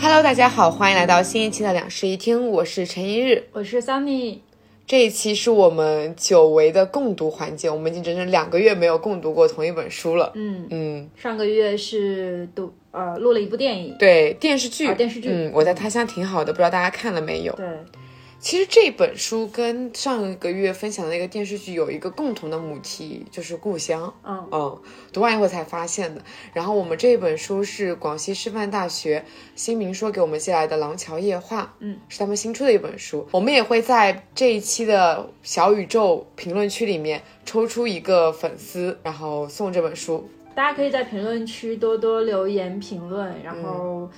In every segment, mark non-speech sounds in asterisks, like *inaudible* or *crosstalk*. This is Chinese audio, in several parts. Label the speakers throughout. Speaker 1: Hello，大家好，欢迎来到新一期的两室一厅，我是陈一日。
Speaker 2: 我是 Sunny，
Speaker 1: 这一期是我们久违的共读环节，我们已经整整两个月没有共读过同一本书了。
Speaker 2: 嗯，
Speaker 1: 嗯，
Speaker 2: 上个月是读呃录了一部电影，
Speaker 1: 对，电视剧，
Speaker 2: 啊电视剧
Speaker 1: 嗯，我在他乡挺好的，不知道大家看了没有？
Speaker 2: 对，
Speaker 1: 其实这本书跟上一个月分享的那个电视剧有一个共同的母题，就是故乡。
Speaker 2: 嗯
Speaker 1: 嗯，读完以后才发现的。然后我们这本书是广西师范大学新民说给我们寄来的《廊桥夜话》，
Speaker 2: 嗯，
Speaker 1: 是他们新出的一本书。我们也会在这一期的小宇宙评论区里面抽出一个粉丝，然后送这本书。
Speaker 2: 大家可以在评论区多多留言评论，然后、
Speaker 1: 嗯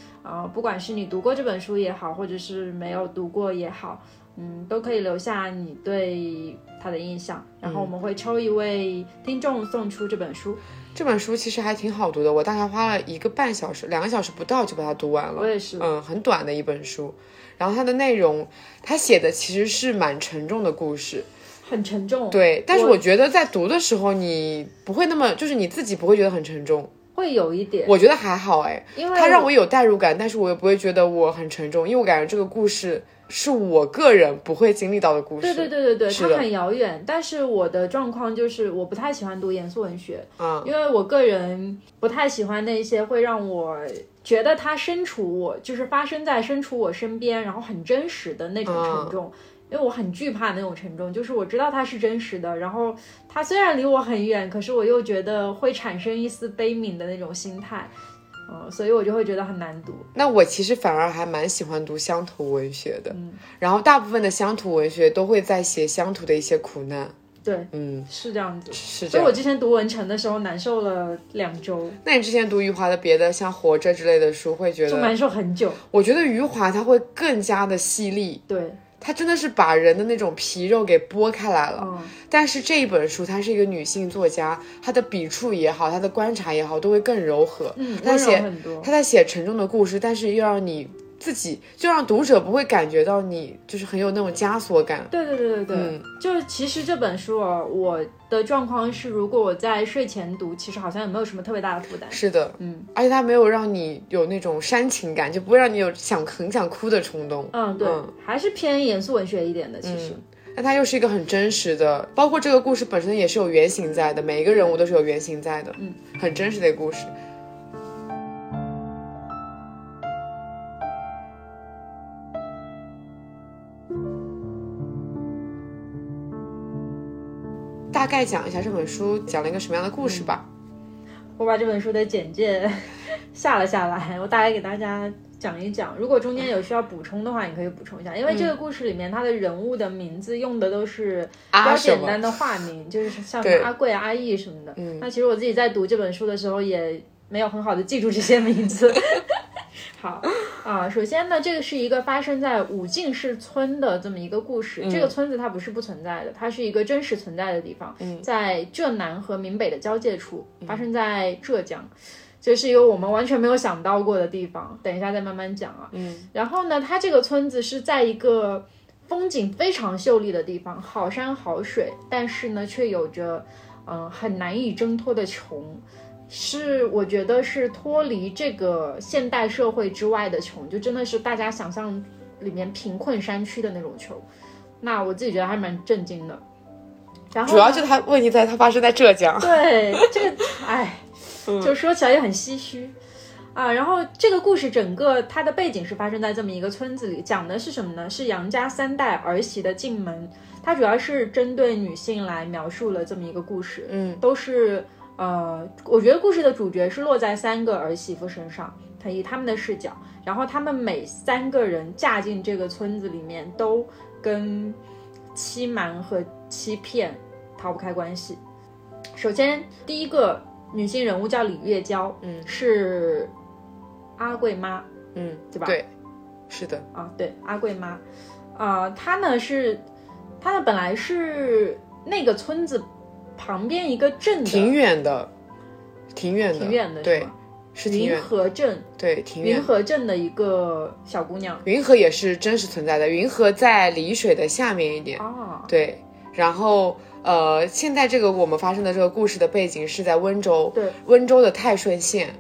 Speaker 2: 呃，不管是你读过这本书也好，或者是没有读过也好，嗯，都可以留下你对它的印象，然
Speaker 1: 嗯
Speaker 2: 后我们会抽一位听众送出这本书。
Speaker 1: 这本书其实还挺好读的，我大概花了一个半小时、两个小时不到就把它读完了。
Speaker 2: 我也是，
Speaker 1: 嗯，很短的一本书。然后它的内容，它写的其实是蛮沉重的故事，
Speaker 2: 很沉重，，
Speaker 1: 对。但是我觉得在读的时候，你不会那么，就是你自己不会觉得很沉重。
Speaker 2: 会有一点，
Speaker 1: 我觉得还好哎，
Speaker 2: 因为
Speaker 1: 它让我有代入感，但是我也不会觉得我很沉重，因为我感觉这个故事是我个人不会经历到的故事。
Speaker 2: 对对对对对，
Speaker 1: 是
Speaker 2: 它
Speaker 1: 的
Speaker 2: 很遥远。但是我的状况就是，我不太喜欢读严肃文学，
Speaker 1: 嗯，
Speaker 2: 因为我个人不太喜欢那些会让我觉得它身处我，就是发生在身处我身边，然后很真实的那种
Speaker 1: 嗯
Speaker 2: 沉重。因为我很惧怕那种沉重，就是我知道它是真实的，然后它虽然离我很远，可是我又觉得会产生一丝悲悯的那种心态，嗯，所以我就会觉得很难读。
Speaker 1: 那我其实反而还蛮喜欢读乡土文学的，
Speaker 2: 嗯
Speaker 1: 然后大部分的乡土文学都会在写乡土的一些苦难。
Speaker 2: 对，
Speaker 1: 嗯，
Speaker 2: 是这样子。
Speaker 1: 是这
Speaker 2: 所以
Speaker 1: 样。
Speaker 2: 我之前读文成的时候难受了两周，
Speaker 1: 那你之前读余华的别的像《活着》之类的书，会觉
Speaker 2: 就
Speaker 1: 得，
Speaker 2: 难受很久。
Speaker 1: 我觉得余华他会更加的犀利，
Speaker 2: 对，
Speaker 1: 他真的是把人的那种皮肉给剥开来了。
Speaker 2: 嗯，
Speaker 1: 但是这一本书，她是一个女性作家，她的笔触也好，她的观察也好，都会更柔和。
Speaker 2: 嗯，
Speaker 1: 她
Speaker 2: 温柔
Speaker 1: 写
Speaker 2: 很多。
Speaker 1: 她在写沉重的故事，但是又让你自己，就让读者不会感觉到你就是很有那种枷锁感。
Speaker 2: 对对对对对，
Speaker 1: 嗯
Speaker 2: 就其实这本书哦，我的状况是，如果我在睡前读，其实好像也没有什么特别大的负担。
Speaker 1: 是的，
Speaker 2: 嗯
Speaker 1: 而且它没有让你有那种煽情感，就不会让你有想很想哭的冲动。
Speaker 2: 嗯，对，还是偏严肃文学一点的，其实。
Speaker 1: 但它又是一个很真实的，包括这个故事本身也是有原型在的，每一个人物都是有原型在的，
Speaker 2: 嗯，
Speaker 1: 很真实的一个故事。大概讲一下这本书讲了一个什么样的故事吧。
Speaker 2: 嗯我把这本书的简介下了下来，我大概给大家讲一讲。如果中间有需要补充的话，你可以补充一下，因为
Speaker 1: 嗯
Speaker 2: 这个故事里面它的人物的名字用的都是比
Speaker 1: 啊
Speaker 2: 较
Speaker 1: 什
Speaker 2: 简
Speaker 1: 么
Speaker 2: 单的化名，就是像什
Speaker 1: 对嗯
Speaker 2: 么阿贵、啊、阿义什么的。那其实我自己在读这本书的时候也没有很好的记住这些名字。 *laughs* 好啊，首先呢，这个是一个发生在武进市村的这么一个故事。
Speaker 1: 嗯
Speaker 2: 这个村子它不是不存在的，它是一个真实存在的地方，
Speaker 1: 嗯
Speaker 2: 在浙南和闽北的交界处，发生在浙江。就是一个我们完全没有想到过的地方，等一下再慢慢讲啊。嗯，然后呢，它这个村子是在一个风景非常秀丽的地方，好山好水，但是呢，却有着嗯、呃很难以挣脱的穷，是我觉得是脱离这个现代社会之外的穷，就真的是大家想象里面贫困山区的那种穷。那我自己觉得还蛮震惊的。然后
Speaker 1: 主要
Speaker 2: 呢
Speaker 1: 就它问题在它发生在浙江，
Speaker 2: 对，这个，哎，就说起来也很唏嘘啊。然后这个故事整个它的背景是发生在这么一个村子里，讲的是什么呢？是杨家三代儿媳的进门，它主要是针对女性来描述了这么一个故事。
Speaker 1: 嗯，
Speaker 2: 都是呃，我觉得故事的主角是落在三个儿媳妇身上，他以他们的视角，然后他们每三个人嫁进这个村子里面，都跟欺瞒和欺骗逃不开关系。首先，第一个女性人物叫李月娇，
Speaker 1: 嗯
Speaker 2: 是阿贵妈，
Speaker 1: 嗯，
Speaker 2: 对吧
Speaker 1: 对，是的，
Speaker 2: 啊，对，阿贵妈，啊，她呢是，她呢本来是那个村子旁边一个镇的，
Speaker 1: 挺远的，挺远的，
Speaker 2: 挺远的，
Speaker 1: 对
Speaker 2: 是，吗
Speaker 1: 是挺
Speaker 2: 云
Speaker 1: 远，
Speaker 2: 和镇，
Speaker 1: 对，挺远
Speaker 2: 云。和镇的一个小姑娘
Speaker 1: 云河也是真实存在的，云河在丽水的下面一点。
Speaker 2: 啊，
Speaker 1: 对，然后呃，现在这个我们发生的这个故事的背景是在温州，
Speaker 2: 对，
Speaker 1: 温州的泰顺县。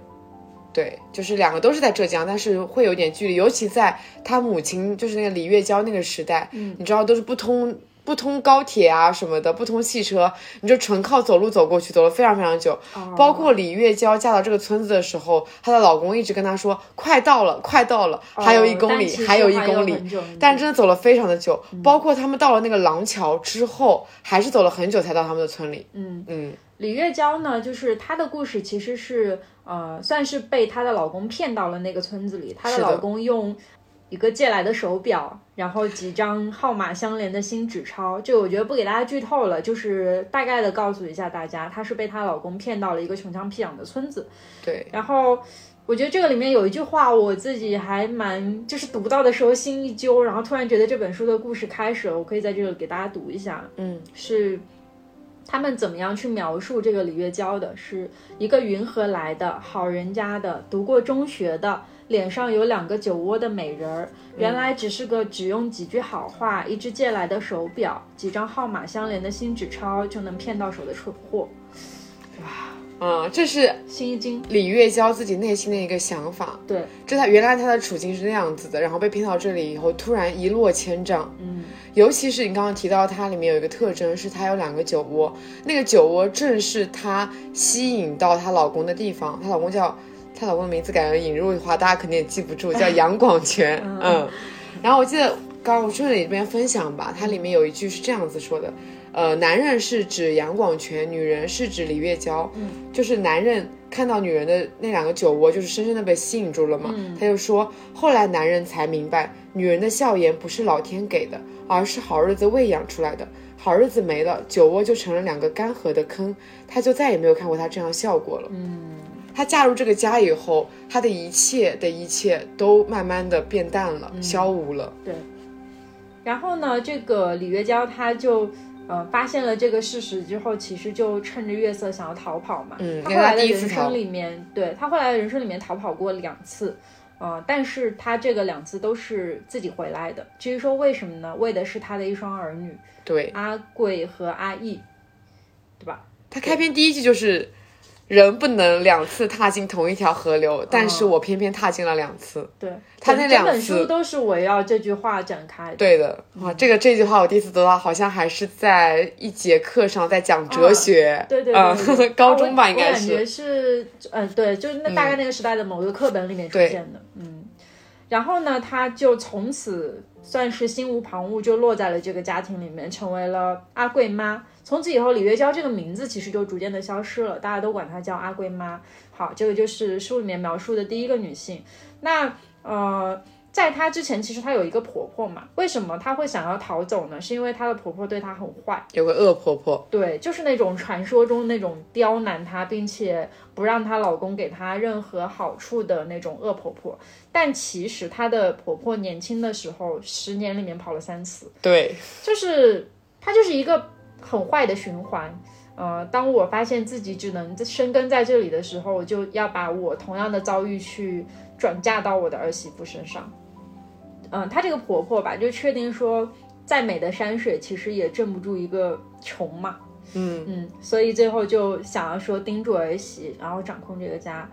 Speaker 1: 对，就是两个都是在浙江，但是会有点距离，尤其在他母亲就是那个李月娇那个时代，嗯，你知道都是不通不通高铁啊什么的，不通汽车，你就纯靠走路走过去，走了非常非常久。包括李月娇嫁到这个村子的时候，她的老公一直跟她说快到了，快到了，还有一公里，还有一公里，但真的走了非常的久。包括他们到了那个廊桥之后，还是走了很久才到他们的村里。嗯嗯。
Speaker 2: 李月娇呢，就是她的故事其实是呃，算是被她的老公骗到了那个村子里。她的
Speaker 1: 是的
Speaker 2: 老公用一个借来的手表，然后几张号码相连的新纸钞，这个我觉得不给大家剧透了，就是大概的告诉一下大家，她是被她老公骗到了一个穷乡僻壤的村子。
Speaker 1: 对，
Speaker 2: 然后。我觉得这个里面有一句话，我自己还蛮就是读到的时候心一揪，然后突然觉得这本书的故事开始了，我可以在这里给大家读一下。
Speaker 1: 嗯，
Speaker 2: 是他们怎么样去描述这个李月娇的？是一个云河来的好人家的，读过中学的，脸上有两个酒窝的美人儿，原来只是个只用几句好话、一只借来的手表、几张号码相连的新纸钞就能骗到手的蠢货，
Speaker 1: 嗯，这是
Speaker 2: 心一惊。
Speaker 1: 李月娇自己内心的一个想法。
Speaker 2: 对，
Speaker 1: 就她原来她的处境是那样子的，然后被骗到这里以后，突然一落千丈。
Speaker 2: 嗯，
Speaker 1: 尤其是你刚刚提到它里面有一个特征，是它有两个酒窝，那个酒窝正是她吸引到她老公的地方。她老公叫她老公的名字改成尹入华，大家肯定也记不住，叫杨广权。嗯，然后我记得刚我顺着你这边分享吧，它里面有一句是这样子说的。呃，男人是指杨广权，女人是指李月娇。
Speaker 2: 嗯，
Speaker 1: 就是男人看到女人的那两个酒窝，就是深深的被吸引住了嘛。
Speaker 2: 嗯
Speaker 1: 他就说，后来男人才明白，女人的笑颜不是老天给的，而是好日子喂养出来的。好日子没了，酒窝就成了两个干涸的坑，他就再也没有看过她这样笑过了。嗯，她嫁入这个家以后，她的一切的一切都慢慢的变淡了，
Speaker 2: 嗯
Speaker 1: 消无了。
Speaker 2: 然后呢，这个李月娇她就。呃，发现了这个事实之后，其实就趁着月色想要逃跑嘛。
Speaker 1: 嗯
Speaker 2: 她后来的
Speaker 1: 因为她第一
Speaker 2: 人
Speaker 1: 次逃
Speaker 2: 生里面，对她后来的人生里面逃跑过两次，呃，但是她这个两次都是自己回来的。至于说为什么呢？为的是她的一双儿女
Speaker 1: 对，
Speaker 2: 阿贵和阿义，对吧？
Speaker 1: 他开篇第一句就是“人不能两次踏进同一条河流”，但
Speaker 2: 嗯
Speaker 1: 是我偏偏踏进了两次。
Speaker 2: 对，
Speaker 1: 她
Speaker 2: 整
Speaker 1: 那两
Speaker 2: 整本
Speaker 1: 次
Speaker 2: 书都是围绕这句话展开的。
Speaker 1: 对的，哇，这个这句话我第一次读到，好像还是在一节课上在讲哲学，
Speaker 2: 对对
Speaker 1: 嗯 *laughs*
Speaker 2: 对对
Speaker 1: 高中吧
Speaker 2: 啊我
Speaker 1: 应该
Speaker 2: 我感
Speaker 1: 是，嗯
Speaker 2: 觉是，呃，对，就是那大概那个时代的某个课本里面出
Speaker 1: 对
Speaker 2: 现的，嗯。然后呢，他就从此算是心无旁骛，就落在了这个家庭里面，成为了阿贵妈。从此以后，李月娇这个名字其实就逐渐的消失了，大家都管她叫阿贵妈。好，这个就是书里面描述的第一个女性。那呃，在她之前，其实她有一个婆婆嘛。为什么她会想要逃走呢？是因为她的婆婆对她很坏。
Speaker 1: 有个恶婆婆，
Speaker 2: 对，就是那种传说中那种刁难她，并且不让她老公给她任何好处的那种恶婆婆。但其实她的婆婆年轻的时候，十年里面跑了三次，
Speaker 1: 对，
Speaker 2: 就是她就是一个很坏的循环。呃，当我发现自己只能生根在这里的时候，我就要把我同样的遭遇去转嫁到我的儿媳妇身上。嗯、她这个婆婆吧，就确定说，再美的山水其实也镇不住一个穷嘛。
Speaker 1: 嗯，
Speaker 2: 嗯，所以最后就想要说叮嘱儿媳，然后掌控这个家。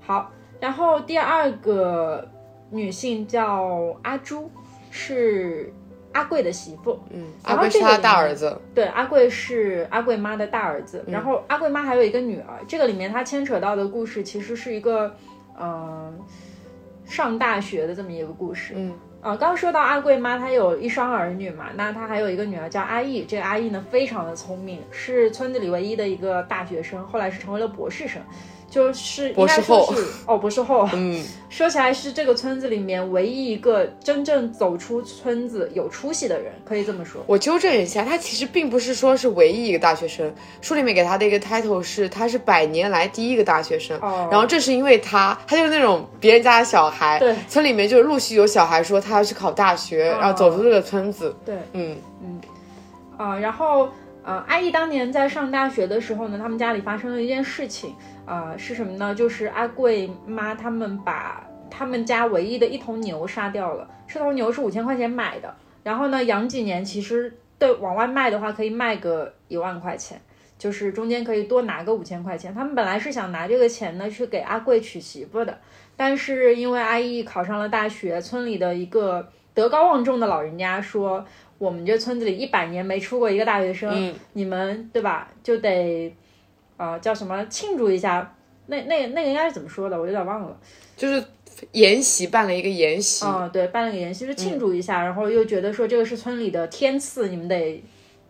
Speaker 2: 好，然后第二个女性叫阿朱，是阿贵的媳妇。
Speaker 1: 嗯，阿
Speaker 2: 然后
Speaker 1: 贵是
Speaker 2: 这个
Speaker 1: 他
Speaker 2: 里
Speaker 1: 大
Speaker 2: 面
Speaker 1: 儿子，
Speaker 2: 对，阿贵是阿贵妈的大儿子，
Speaker 1: 嗯
Speaker 2: 然后阿贵妈还有一个女儿。这个里面她牵扯到的故事其实是一个，呃，上大学的这么一个故事。
Speaker 1: 嗯，
Speaker 2: 呃，刚刚说到阿贵妈，她有一双儿女嘛，那她还有一个女儿叫阿义。这个阿义呢，非常的聪明，是村子里唯一的一个大学生，后来是成为了博士生，就是应
Speaker 1: 博士
Speaker 2: 该说
Speaker 1: 后
Speaker 2: 是哦，博士后。
Speaker 1: 嗯，
Speaker 2: *laughs* 说起来是这个村子里面唯一一个真正走出村子有出息的人，可以这么说。
Speaker 1: 我纠正一下，他其实并不是说是唯一一个大学生，书里面给他的一个 title 是他是百年来第一个大学生。
Speaker 2: 哦
Speaker 1: 然后正是因为他，他就是那种别人家的小孩，
Speaker 2: 对
Speaker 1: 村里面就陆续有小孩说他要去考大学，
Speaker 2: 哦
Speaker 1: 然后走出这个村子。
Speaker 2: 对，
Speaker 1: 嗯，
Speaker 2: 啊、然后呃，阿义当年在上大学的时候呢，他们家里发生了一件事情，呃，是什么呢？就是阿贵妈他们把他们家唯一的一头牛杀掉了，这头牛是五千块钱买的，然后呢，养几年其实对往外卖的话可以卖个一万块钱。就是中间可以多拿个五千块钱。他们本来是想拿这个钱呢去给阿贵娶媳妇的，但是因为阿义考上了大学，村里的一个德高望重的老人家说，我们这村子里一百年没出过一个大学生，
Speaker 1: 嗯
Speaker 2: 你们对吧？就得，呃，叫什么庆祝一下。那那那个应该是怎么说的？我有点忘了。
Speaker 1: 就是研习办了一个研习，
Speaker 2: 啊、对，办了个研习，就是庆祝一下，然后又觉得说这个是村里的天赐，你们得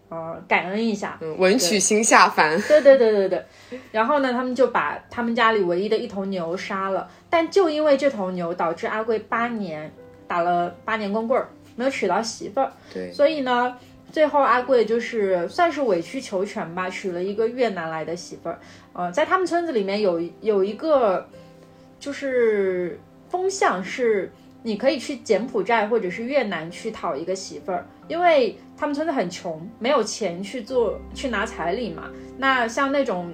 Speaker 2: 呃感恩一下。
Speaker 1: 嗯，文曲星下凡，
Speaker 2: 对对对对对，然后呢，他们就把他们家里唯一的一头牛杀了，但就因为这头牛，导致阿贵八年打了八年光棍儿，没有娶到媳妇儿。
Speaker 1: 对，
Speaker 2: 所以呢，最后阿贵就是算是委曲求全吧，娶了一个越南来的媳妇儿。呃，在他们村子里面有有一个就是风向是，你可以去柬埔寨或者是越南去讨一个媳妇儿，因为他们村子很穷，没有钱去做去拿彩礼嘛。那像那种。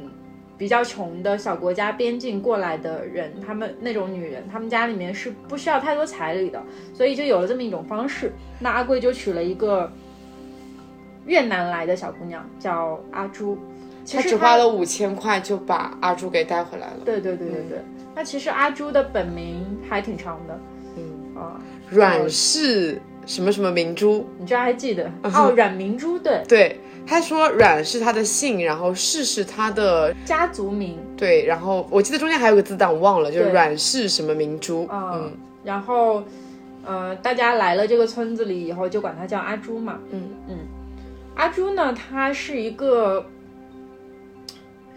Speaker 2: 比较穷的小国家边境过来的人，他们那种女人，他们家里面是不需要太多彩礼的，所以就有了这么一种方式。那阿贵就娶了一个越南来的小姑娘，叫阿朱。其
Speaker 1: 他
Speaker 2: 实
Speaker 1: 只花了五千块就把阿朱给带回来了，
Speaker 2: 对对对对对。那其实阿朱的本名还挺长的，
Speaker 1: 嗯，
Speaker 2: 啊，
Speaker 1: 阮氏什么什么明珠，
Speaker 2: 你居然还记得？
Speaker 1: 呃
Speaker 2: 哦，阮明珠，对，
Speaker 1: 对，他说阮是他的姓，然后氏是他的
Speaker 2: 家族名，
Speaker 1: 对，然后我记得中间还有个字，但我忘了，就是
Speaker 2: 对
Speaker 1: 阮氏什么明珠，
Speaker 2: 啊
Speaker 1: 嗯，
Speaker 2: 然后，呃，大家来了这个村子里以后，就管她叫阿朱嘛。
Speaker 1: 嗯
Speaker 2: 嗯，阿朱呢，她是一个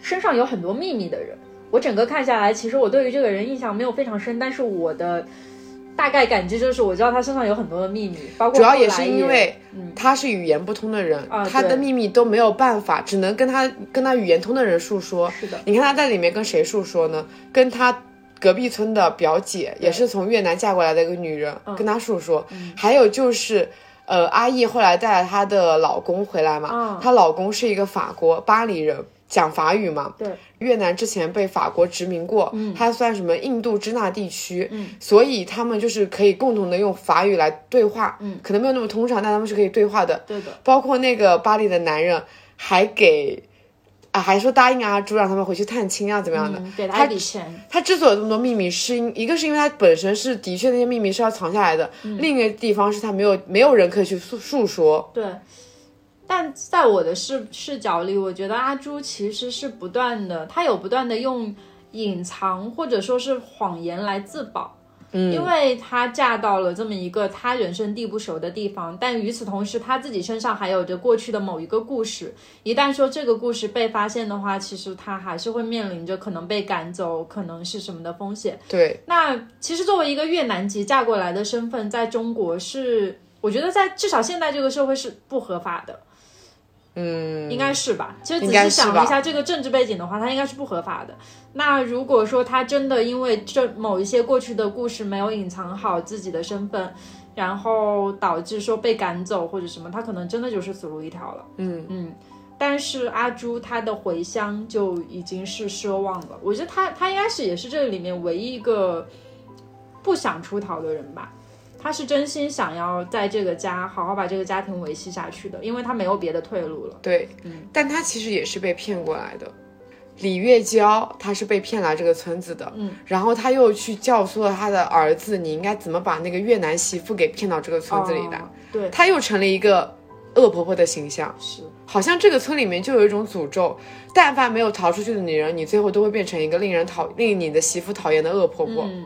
Speaker 2: 身上有很多秘密的人。我整个看下来，其实我对于这个人印象没有非常深，但是我的大概感知就是，我知道他身上有很多的秘密，包括
Speaker 1: 主要
Speaker 2: 后
Speaker 1: 也
Speaker 2: 来
Speaker 1: 是因为
Speaker 2: 嗯
Speaker 1: 他是语言不通的人，
Speaker 2: 啊
Speaker 1: 他的
Speaker 2: 对
Speaker 1: 秘密都没有办法，只能跟他跟他语言通的人诉说。
Speaker 2: 是的，
Speaker 1: 你看他在里面跟谁诉说呢？跟他隔壁村的表姐，也是从越南嫁过来的一个女人，
Speaker 2: 嗯
Speaker 1: 跟他诉说。还有就是。呃，阿义后来带了她的老公回来嘛
Speaker 2: 嗯，
Speaker 1: 她、老公是一个法国巴黎人，讲法语嘛。
Speaker 2: 对，
Speaker 1: 越南之前被法国殖民过，它算什么印度支那地区，
Speaker 2: 嗯
Speaker 1: 所以他们就是可以共同的用法语来对话，
Speaker 2: 嗯
Speaker 1: 可能没有那么通畅，但他们是可以对话的。
Speaker 2: 对的，
Speaker 1: 包括那个巴黎的男人还给啊，还说答应阿朱让他们回去探亲啊，怎么样的？
Speaker 2: 嗯，给
Speaker 1: 他
Speaker 2: 他一笔钱，
Speaker 1: 他之所以有这么多秘密，是因一个是因为他本身是的确那些秘密是要藏下来的，
Speaker 2: 嗯
Speaker 1: 另一个地方是他没有没有人可以去诉诉说，
Speaker 2: 对。但在我的视视角里，我觉得阿朱其实是不断的，他有不断的用隐藏或者说是谎言来自保。
Speaker 1: 嗯
Speaker 2: 因为她嫁到了这么一个她人生地不熟的地方，但与此同时，她自己身上还有着过去的某一个故事。一旦说这个故事被发现的话，其实她还是会面临着可能被赶走，可能是什么的风险。
Speaker 1: 对，
Speaker 2: 那其实作为一个越南籍嫁过来的身份，在中国是，我觉得在至少现在这个社会是不合法的，
Speaker 1: 嗯，
Speaker 2: 应该是吧？其实仔
Speaker 1: 应该
Speaker 2: 细
Speaker 1: 是吧
Speaker 2: 想了一下这个政治背景的话，它应该是不合法的。那如果说他真的因为这某一些过去的故事没有隐藏好自己的身份，然后导致说被赶走或者什么，他可能真的就是死路一条了。
Speaker 1: 嗯
Speaker 2: 嗯。但是阿朱她的回乡就已经是奢望了，我觉得她她应该是也是这里面唯一一个不想出逃的人吧。她是真心想要在这个家好好把这个家庭维系下去的，因为她没有别的嗯退路了。
Speaker 1: 对，但他其实也是被骗过来的。李月娇她是被骗来这个村子的，
Speaker 2: 嗯，
Speaker 1: 然后她又去教唆了她的儿子，你应该怎么把那个越南媳妇给骗到这个村子里来
Speaker 2: 哦，对，
Speaker 1: 她又成了一个恶婆婆的形象，
Speaker 2: 是，
Speaker 1: 好像这个村里面就有一种诅咒，但凡没有逃出去的女人，你最后都会变成一个令人讨令你的媳妇讨厌的恶婆婆，
Speaker 2: 嗯，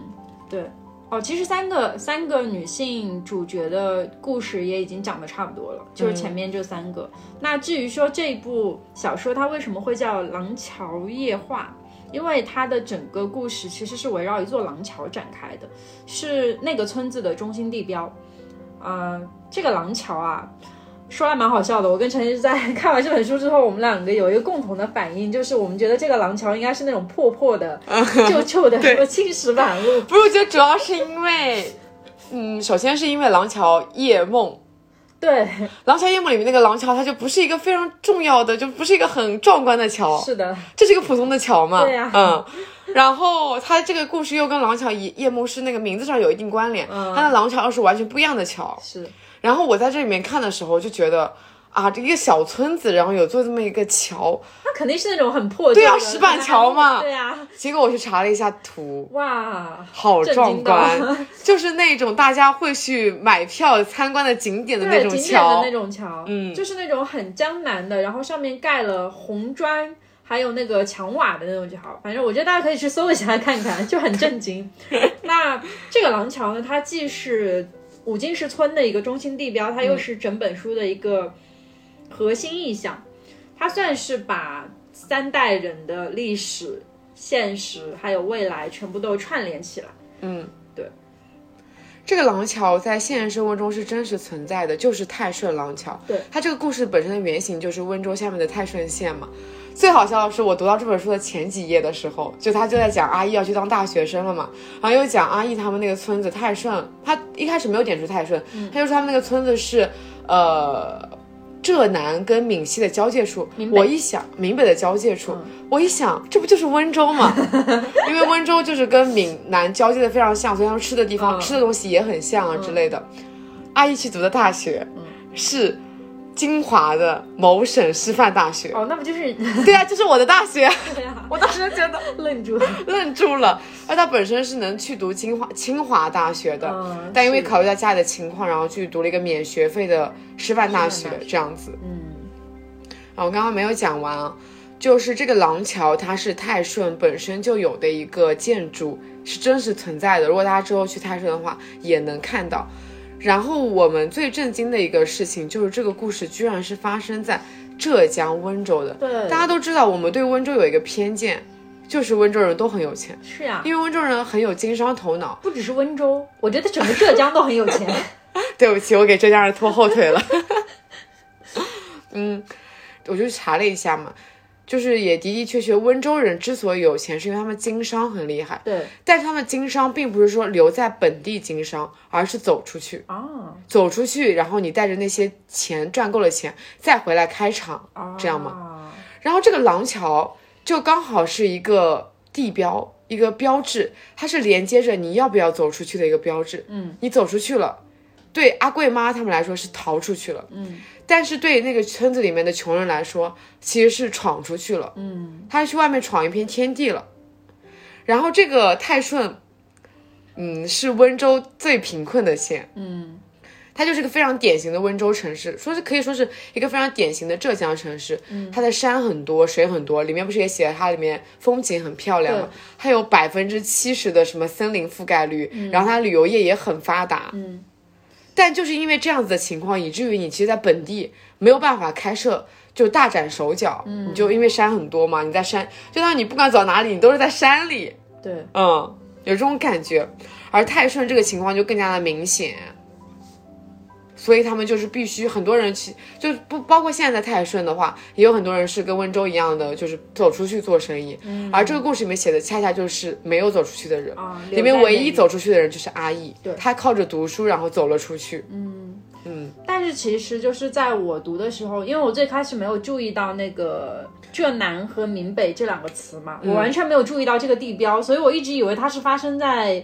Speaker 2: 对。哦，其实三个三个女性主角的故事也已经讲的差不多了，就是前面这三个。那至于说这部小说它为什么会叫《廊桥夜话》，因为它的整个故事其实是围绕一座廊桥展开的，是那个村子的中心地标。呃，这个廊桥啊，说来蛮好笑的。我跟陈一在 *laughs* 看完这本书之后，我们两个有一个共同的反应，就是我们觉得这个廊桥应该是那种破破的、旧旧的什么青石板路。
Speaker 1: 不是，我觉得主要是因为，嗯，首先是因为《廊桥夜梦》。
Speaker 2: 对，
Speaker 1: 《廊桥夜梦》里面那个廊桥，它就不是一个非常重要的，就不是一个很壮观的桥，
Speaker 2: 是的，
Speaker 1: 这是一个普通的桥嘛？
Speaker 2: 对呀
Speaker 1: 嗯。然后它这个故事又跟《廊桥夜夜梦》是那个名字上有一定
Speaker 2: 嗯
Speaker 1: 关联，它的廊桥又是完全不一样的桥。
Speaker 2: 是
Speaker 1: 然后我在这里面看的时候就觉得。啊，这一个小村子，然后有做这么一个桥，
Speaker 2: 那肯定是那种很破旧的，
Speaker 1: 对啊，石板桥嘛。
Speaker 2: 对啊，
Speaker 1: 结果我去查了一下图，
Speaker 2: 哇，
Speaker 1: 好
Speaker 2: 震
Speaker 1: 壮
Speaker 2: 惊到
Speaker 1: 观，就是那种大家会去买票参观的景点的那种
Speaker 2: 对，景点的
Speaker 1: 桥
Speaker 2: 那。种桥，
Speaker 1: 嗯
Speaker 2: 就是那种很江南的，然后上面盖了红砖，还有那个墙瓦的那种桥。反正我觉得大家可以去搜一下看看，就很
Speaker 1: *laughs*
Speaker 2: 震惊。那这个廊桥呢，它既是武进市村的一个中心地标，
Speaker 1: 嗯
Speaker 2: 它又是整本书的一个核心意象。它算是把三代人的历史、现实还有未来全部都串联起来。
Speaker 1: 这个廊桥在现实生活中是真实存在的，就是泰顺廊桥。
Speaker 2: 对，
Speaker 1: 它这个故事本身的原型就是温州下面的泰顺县嘛。最好笑的是，我读到这本书的前几页的时候，就他就在讲阿义要去当大学生了嘛，然后又讲阿义他们那个村子泰顺，他一开始没有点出泰顺，他就说他们那个村子是，呃。浙南跟闽西的交界处，我一想，闽北的交界处，我一想，这不就是温州吗？因为温州就是跟闽南交界的非常像，所以他们吃的地方、
Speaker 2: 嗯
Speaker 1: 吃的东西也很像啊之类的。阿姨去读的大学、是金华的某省师范大学，
Speaker 2: 哦，那不就是 *laughs*
Speaker 1: 对啊，就是我的大学。
Speaker 2: 对啊，
Speaker 1: 我当时就觉得
Speaker 2: 愣住了。
Speaker 1: 愣住了，而他本身是能去读清华清华大学的，
Speaker 2: 嗯
Speaker 1: 但因为
Speaker 2: *laughs* 是
Speaker 1: 考虑到家里的情况，然后去读了一个免学费的师范大学
Speaker 2: 师范大学
Speaker 1: 这样子。
Speaker 2: 嗯。
Speaker 1: 然后刚刚没有讲完啊，就是这个廊桥，它是泰顺本身就有的一个建筑，是真实存在的。如果大家之后去泰顺的话，也能看到。然后我们最震惊的一个事情就是，这个故事居然是发生在浙江温州的。
Speaker 2: 对，
Speaker 1: 大家都知道，我们对温州有一个偏见，就是温州人都很有钱，
Speaker 2: 是呀、
Speaker 1: 因为温州人很有经商头脑。 *laughs*
Speaker 2: 不只是温州，我觉得整个浙江都很有钱。
Speaker 1: 对不起，我给浙江人拖后腿了。 *laughs* 嗯，我就查了一下嘛，就是也的的确确，温州人之所以有钱，是因为他们经商很厉害，
Speaker 2: 对
Speaker 1: 但是他们经商并不是说留在本地经商，而是走出去，
Speaker 2: 啊
Speaker 1: 走出去，然后你带着那些钱赚够了钱，再回来开厂，
Speaker 2: 啊，
Speaker 1: 这样吗？
Speaker 2: 吗？
Speaker 1: 然后这个廊桥就刚好是一个地标，一个标志，它是连接着你要不要走出去的一个标志。
Speaker 2: 嗯，
Speaker 1: 你走出去了，对阿贵妈他们来说是逃出去了，
Speaker 2: 嗯
Speaker 1: 但是对那个村子里面的穷人来说，其实是闯出去了，
Speaker 2: 嗯，
Speaker 1: 他去外面闯一片天地了。然后这个泰顺，嗯，是温州最贫困的县，
Speaker 2: 嗯，
Speaker 1: 它就是个非常典型的温州城市，说是可以说是一个非常典型的浙江城市。嗯，它的山很多，水很多，里面不是也写了它里面风景很漂亮吗？它有百分之七十的什么森林覆盖率，然后它旅游业也很发达。
Speaker 2: 嗯，
Speaker 1: 但就是因为这样子的情况，以至于你其实在本地没有办法开设。就大展手脚，嗯、你就因为山很多嘛，你在山，就像你不管走哪里，你都是在山里，
Speaker 2: 对，
Speaker 1: 嗯，有这种感觉。而泰顺这个情况就更加的明显，所以他们就是必须很多人去，就不包括现在在泰顺的话，也有很多人是跟温州一样的，就是走出去做生意。
Speaker 2: 嗯
Speaker 1: 而这个故事里面写的恰恰就是没有走出去的人，
Speaker 2: 啊
Speaker 1: 里面唯一。走出去的人就是阿义
Speaker 2: 对，
Speaker 1: 他靠着读书然后走了出去。
Speaker 2: 但是其实就是在我读的时候，因为我最开始没有注意到那个浙南和闽北这两个词嘛，
Speaker 1: 嗯
Speaker 2: 我完全没有注意到这个地标，所以我一直以为它是发生在。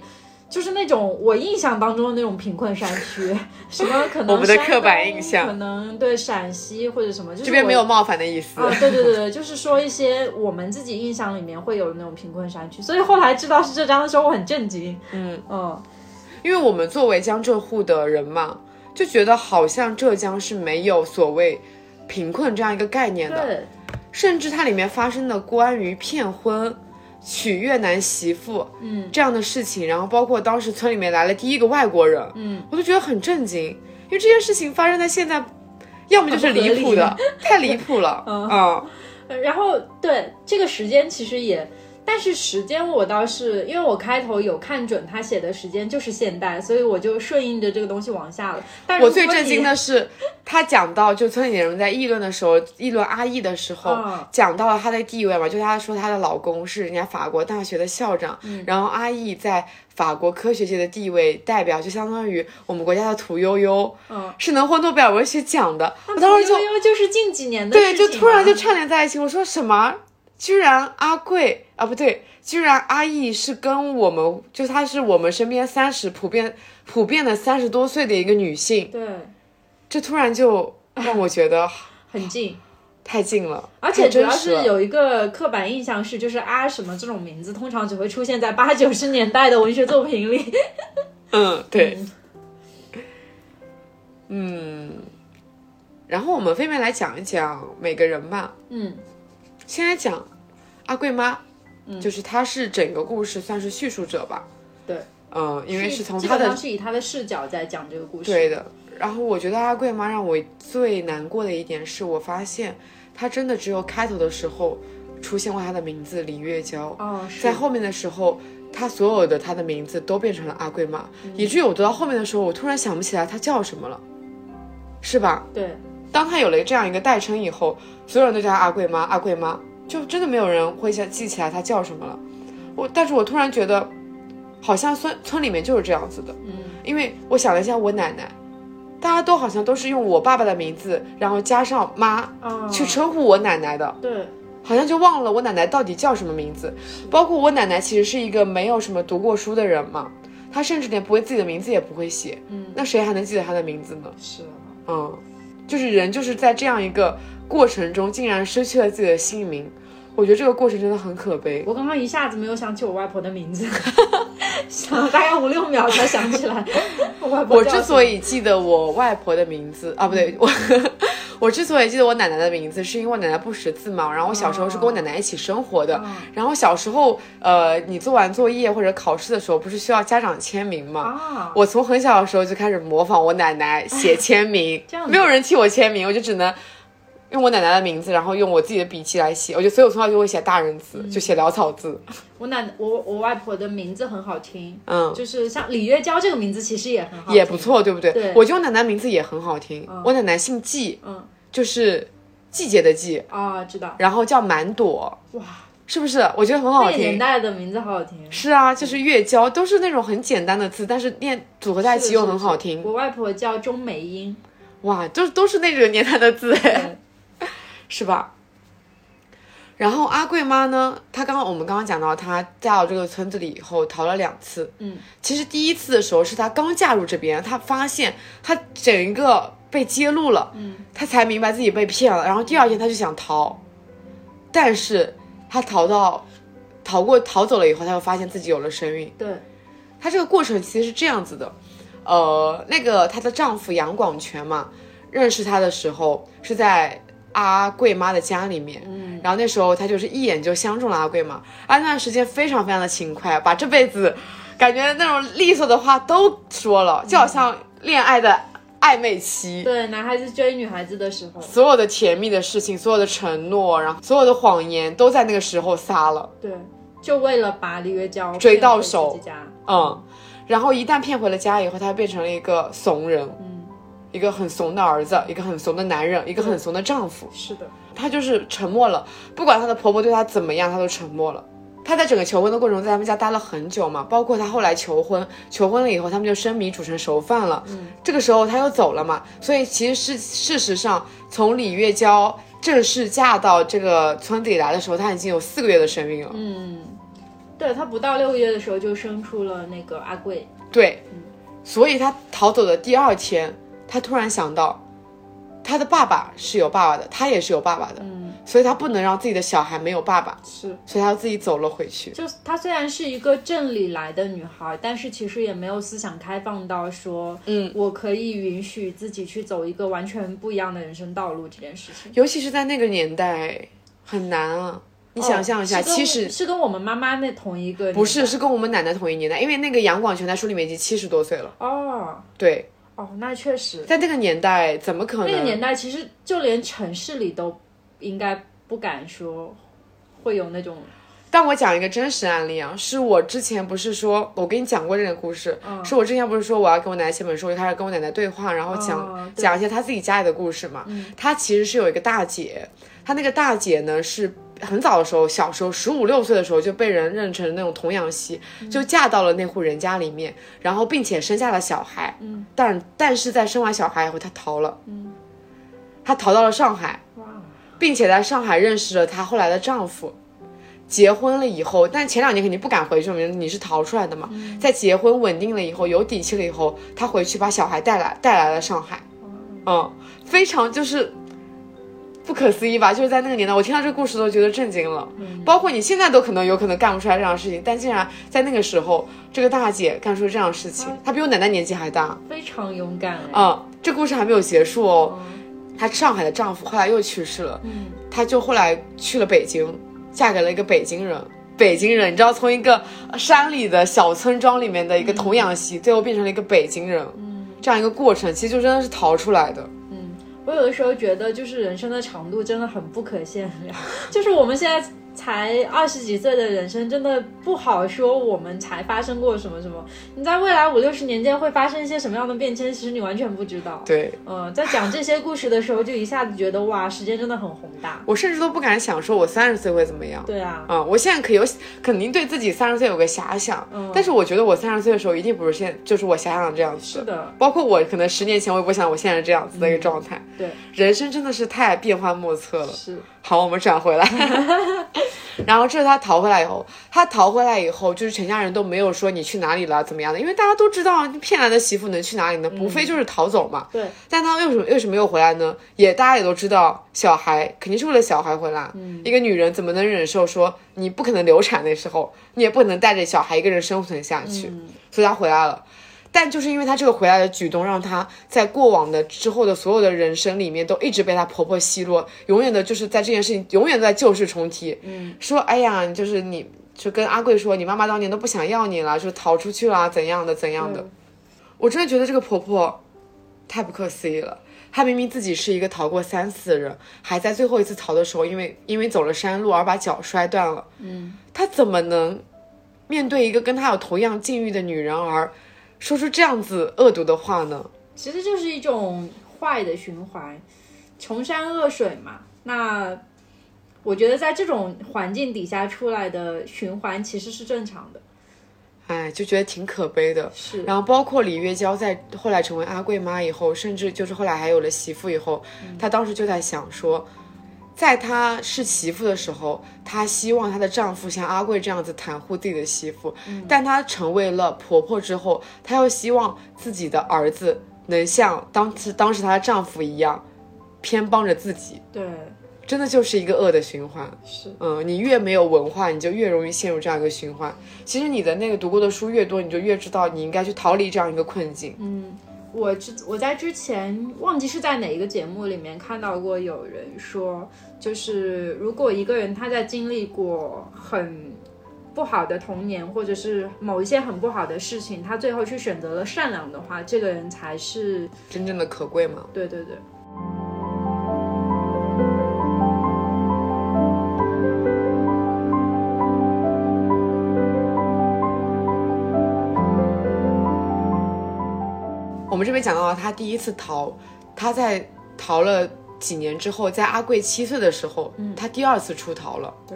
Speaker 2: 就是那种我印象当中的那种贫困山区，什么可能
Speaker 1: 我们的
Speaker 2: 山
Speaker 1: 刻板
Speaker 2: 东
Speaker 1: 印象
Speaker 2: 可能对陕西或者什么，就是
Speaker 1: 这边
Speaker 2: 我
Speaker 1: 没有冒犯的意思，
Speaker 2: 啊，对对对对，就是说一些我们自己印象里面会有那种贫困山区，所以后来知道是浙江的时候，我很震惊。嗯嗯，
Speaker 1: 因为我们作为江浙沪的人嘛，就觉得好像浙江是没有所谓贫困这样一个概念的。
Speaker 2: 对，
Speaker 1: 甚至它里面发生的关于骗婚、娶越南媳妇，
Speaker 2: 嗯，
Speaker 1: 这样的事情，然后包括当时村里面来了第一个外国人，
Speaker 2: 嗯，
Speaker 1: 我都觉得很震惊，因为这件事情发生在现在，要么就是离谱的，太离谱
Speaker 2: *laughs*
Speaker 1: 了，嗯，
Speaker 2: 然后对这个时间其实也，但是时间我倒是因为我开头有看准他写的时间就是现代，所以我就顺应着这个东西往下了。但
Speaker 1: 我
Speaker 2: 如
Speaker 1: 最
Speaker 2: 果
Speaker 1: 震
Speaker 2: 你
Speaker 1: 惊的是，他讲到就村里的人在议论的时候，议论阿义的时候，
Speaker 2: 嗯
Speaker 1: 讲到了她的地位嘛，就她说她的老公是人家法国大学的校长，
Speaker 2: 嗯
Speaker 1: 然后阿义在法国科学界的地位代表，就相当于我们国家的屠呦呦，
Speaker 2: 嗯
Speaker 1: 是能获诺贝尔文学奖的。我当时就
Speaker 2: 悠悠就是啊近几年的
Speaker 1: 对，
Speaker 2: 事情
Speaker 1: 就
Speaker 2: 嘛，
Speaker 1: 突然就串联在一起，我说什么？居然阿贵啊，不对，居然阿义是跟我们，就她是我们身边三十普遍普遍的三十多岁的一个女性，
Speaker 2: 对。
Speaker 1: 这突然就让我觉得 *sighs*
Speaker 2: 很近。
Speaker 1: 太近了，
Speaker 2: 而且主要
Speaker 1: 太真实
Speaker 2: 是
Speaker 1: 了
Speaker 2: 有一个刻板印象是，就是啊什么这种名字，通常只会出现在八九十年代的文学作品里。
Speaker 1: 嗯，对，嗯，然后我们分别来讲一讲每个人吧。
Speaker 2: 嗯，
Speaker 1: 先来讲阿贵妈，就是她是整个故事算是叙述者吧。
Speaker 2: 嗯对，
Speaker 1: 嗯，因为是从
Speaker 2: *laughs* 基
Speaker 1: 她
Speaker 2: 本
Speaker 1: 的
Speaker 2: 上是以他的视角在讲这个故事。
Speaker 1: 对的。然后我觉得阿贵妈让我最难过的一点是我发现她真的只有开头的时候出现过她的名字李月娇，
Speaker 2: 哦，是
Speaker 1: 在后面的时候，他所有的他的名字都变成了阿贵妈，以至于我读到后面的时候，我突然想不起来他叫什么了，是吧？
Speaker 2: 对，
Speaker 1: 当他有了这样一个代称以后，所有人都叫他阿贵妈，阿贵妈，就真的没有人会想记起来他叫什么了。我，但是我突然觉得，好像村村里面就是这样子的，
Speaker 2: 嗯，
Speaker 1: 因为我想了一下我奶奶，大家都好像都是用我爸爸的名字，然后加上妈
Speaker 2: 哦，
Speaker 1: 去称呼我奶奶的。
Speaker 2: 对，
Speaker 1: 好像就忘了我奶奶到底叫什么名字。包括我奶奶其实是一个没有什么读过书的人嘛，她甚至连不会自己的名字也不会写。
Speaker 2: 嗯，
Speaker 1: 那谁还能记得她的名字呢？
Speaker 2: 是
Speaker 1: 嗯，就是人就是在这样一个过程中，竟然失去了自己的姓名。我觉得这个过程真的很可悲。
Speaker 2: 我刚刚一下子没有想起我外婆的名字， *laughs* 想了大概五六秒才想起来我外婆
Speaker 1: 我
Speaker 2: 叫什么。嗯
Speaker 1: 之所以记得我外婆的名字啊，不对，我 *laughs* 我之所以记得我奶奶的名字，是因为我奶奶不识字嘛。然后我小时候是
Speaker 2: 啊
Speaker 1: 跟我奶奶一起生活的。然后小时候，呃，你做完作业或者考试的时候，不是需要家长签名吗？
Speaker 2: 啊，
Speaker 1: 我从很小的时候就开始模仿我奶奶写签名
Speaker 2: *laughs* 这样，子
Speaker 1: 没有人替我签名，我就只能用我奶奶的名字，然后用我自己的笔记来写。我就所以我从小就会写大人字，
Speaker 2: 嗯
Speaker 1: 就写潦草字。
Speaker 2: 我奶我我外婆的名字很好听，
Speaker 1: 嗯，
Speaker 2: 就是像李月娇这个名字其实也很好听，
Speaker 1: 也不错，对不对？
Speaker 2: 对
Speaker 1: 我觉得我奶奶名字也很好听，我奶奶姓季，
Speaker 2: 嗯
Speaker 1: 就是季节的季，
Speaker 2: 啊，知道
Speaker 1: 然后叫满朵，
Speaker 2: 哇，
Speaker 1: 是不是？我觉得很好
Speaker 2: 那个年
Speaker 1: 听。
Speaker 2: 代的名字好好听。
Speaker 1: 是啊，就是月娇，都是那种很简单的字，但是念组合在一起又
Speaker 2: 是
Speaker 1: 很好听。
Speaker 2: 我外婆叫钟美英，
Speaker 1: 哇，都都是那种年代的字，哎
Speaker 2: 对
Speaker 1: 是吧？然后阿贵妈呢，她刚刚我们刚刚讲到，她嫁到这个村子里以后逃了两次。
Speaker 2: 嗯，
Speaker 1: 其实第一次的时候是她刚嫁入这边，她发现她整一个被揭露了，嗯，她才明白自己被骗了。然后第二天她就想逃，但是她逃到逃过逃走了以后，她又发现自己有了身孕。
Speaker 2: 对，
Speaker 1: 她这个过程其实是这样子的，呃，那个她的丈夫杨广权嘛，认识她的时候是在阿贵妈的家里面，嗯，然后那时候她就是一眼就相中了阿贵妈，啊，那段时间非常非常的勤快，把这辈子感觉那种利索的话都说了，就好像恋爱的暧昧期。
Speaker 2: 对，男孩子追女孩子的时候，
Speaker 1: 所有的甜蜜的事情，所有的承诺，然后所有的谎言，都在那个时候撒了。
Speaker 2: 对，就为了把李月娇
Speaker 1: 追到
Speaker 2: 骗回
Speaker 1: 手
Speaker 2: 自己家，
Speaker 1: 嗯，然后一旦骗回了家以后，他变成了一个怂人，
Speaker 2: 嗯，
Speaker 1: 一个很怂的儿子，一个很怂的男人，一个很怂的丈夫。
Speaker 2: 是的，
Speaker 1: 她就是沉默了，不管她的婆婆对她怎么样，她都沉默了。她在整个求婚的过程中，在他们家待了很久嘛，包括她后来求婚，求婚了以后，他们就生米煮成熟饭了。嗯，这个时候她又走了嘛，所以其实是事实上，从李月娇正式嫁到这个村子里来的时候，她已经有四个月的身孕了。
Speaker 2: 嗯，对她不到六个月的时候就生出了那个阿贵，
Speaker 1: 对，
Speaker 2: 嗯
Speaker 1: 所以他逃走的第二天，他突然想到，他的爸爸是有爸爸的，他也是有爸爸的，
Speaker 2: 嗯，
Speaker 1: 所以他不能让自己的小孩没有爸爸，
Speaker 2: 是，
Speaker 1: 所以他自己走了回去。
Speaker 2: 就她虽然是一个镇里来的女孩，但是其实也没有思想开放到说，
Speaker 1: 嗯，
Speaker 2: 我可以允许自己去走一个完全不一样的人生道路这件事情。
Speaker 1: 尤其是在那个年代，很难啊！你想象一下，
Speaker 2: 哦是跟我
Speaker 1: 七十
Speaker 2: 是跟我们妈妈那同一个年代，
Speaker 1: 不是是跟我们奶奶同一年代，因为那个杨广权在书里面已经七十多岁了。
Speaker 2: 哦
Speaker 1: 对，
Speaker 2: 哦，那确实，
Speaker 1: 在那个年代，怎么可能？
Speaker 2: 那个年代其实就连城市里都应该不敢说会有那种
Speaker 1: 但我讲一个真实案例啊，是我之前不是说，我跟你讲过这个故事，
Speaker 2: 嗯
Speaker 1: 是我之前不是说我要给我奶奶写本书，我就开始跟我奶奶对话，然后讲、
Speaker 2: 哦对嗯
Speaker 1: 讲一些她自己家里的故事嘛。她其实是有一个大姐，她那个大姐呢是很早的时候，小时候十五六岁的时候就被人认成那种童养媳，
Speaker 2: 嗯
Speaker 1: 就嫁到了那户人家里面，然后并且生下了小孩。嗯，但但是在生完小孩以后，她逃了。嗯，她逃到了上海。
Speaker 2: 哇，
Speaker 1: 并且在上海认识了她后来的丈夫。结婚了以后，但前两年肯定不敢回去，你是逃出来的嘛。在结婚稳定了以后，有底气了以后，她回去把小孩带来带来了上海，
Speaker 2: 哇
Speaker 1: 嗯，非常就是不可思议吧？就是在那个年代，我听到这个故事都觉得震惊了。包括你现在都可能有可能干不出来这样的事情，但竟然在那个时候，这个大姐干出这样的事情，她比我奶奶年纪还大。
Speaker 2: 非常勇敢哎。
Speaker 1: 嗯，这故事还没有结束哦。
Speaker 2: 嗯
Speaker 1: 她上海的丈夫后来又去世了，
Speaker 2: 嗯
Speaker 1: 她就后来去了北京，嫁给了一个北京人。北京人，你知道，从一个山里的小村庄里面的一个童养媳，最后变成了一个北京人，
Speaker 2: 嗯
Speaker 1: 这样一个过程，其实就真的是逃出来的。
Speaker 2: 嗯，我有的时候觉得，就是人生的长度真的很不可限量。 *laughs* 就是我们现在才二十几岁的人生，真的不好说我们才发生过什么什么。你在未来五六十年间会发生一些什么样的变迁，其实你完全不知道。
Speaker 1: 对，
Speaker 2: 嗯，在讲这些故事的时候，就一下子觉得哇，时间真的很宏大。
Speaker 1: 我甚至都不敢想说我三十岁会怎么样。
Speaker 2: 对啊，
Speaker 1: 啊、我现在可有肯定对自己三十岁有个遐想，
Speaker 2: 嗯
Speaker 1: 但是我觉得我三十岁的时候一定不是现就是我遐想的这样子。
Speaker 2: 是的，
Speaker 1: 包括我可能十年前我也不想我现在这样子的一个状态。
Speaker 2: 嗯对，
Speaker 1: 人生真的是太变幻莫测了。
Speaker 2: 是，
Speaker 1: 好，我们转回来。 *laughs* 然后这是他逃回来以后，他逃回来以后，就是全家人都没有说你去哪里了怎么样的，因为大家都知道骗来的媳妇能去哪里呢？无非就是逃走嘛。
Speaker 2: 对，
Speaker 1: 但他为什么为什么又回来呢？也大家也都知道，小孩肯定是为了小孩回来。
Speaker 2: 嗯
Speaker 1: 一个女人怎么能忍受说你不可能流产那时候，你也不可能带着小孩一个人生存下去？所以她回来了。但就是因为她这个回来的举动，让她在过往的之后的所有的人生里面，都一直被她婆婆奚落，永远的就是在这件事情，永远都在旧事重提。嗯，说哎呀，你就是你，就跟阿贵说，你妈妈当年都不想要你了，就逃出去了，怎样的怎样的。我真的觉得这个婆婆太不可思议了。她明明自己是一个逃过三次的人，还在最后一次逃的时候，因为因为走了山路而把脚摔断了。
Speaker 2: 嗯，
Speaker 1: 她怎么能面对一个跟她有同样境遇的女人而说出这样子恶毒的话呢？
Speaker 2: 其实就是一种坏的循环，穷山恶水嘛。那我觉得在这种环境底下出来的循环其实是正常的，
Speaker 1: 哎，就觉得挺可悲的。
Speaker 2: 是
Speaker 1: 然后包括李月娇在后来成为阿贵妈以后，甚至就是后来还有了媳妇以后，她当时就在想说，在她是媳妇的时候，她希望她的丈夫像阿贵这样子袒护自己的媳妇，但她成为了婆婆之后，她又希望自己的儿子能像当时当时她的丈夫一样，偏帮着自己，
Speaker 2: 对，
Speaker 1: 真的就是一个恶的循环。
Speaker 2: 是
Speaker 1: 嗯，你越没有文化，你就越容易陷入这样一个循环。其实你的那个读过的书越多，你就越知道你应该去逃离这样一个困境。
Speaker 2: 我之我在之前忘记是在哪一个节目里面看到过有人说，就是如果一个人他在经历过很不好的童年，或者是某一些很不好的事情，他最后去选择了善良的话，这个人才是
Speaker 1: 真正的可贵吗？
Speaker 2: 对对对。
Speaker 1: 我们这边讲到了他第一次逃，他在逃了几年之后，在阿贵七岁的时候，他第二次出逃了。
Speaker 2: 对，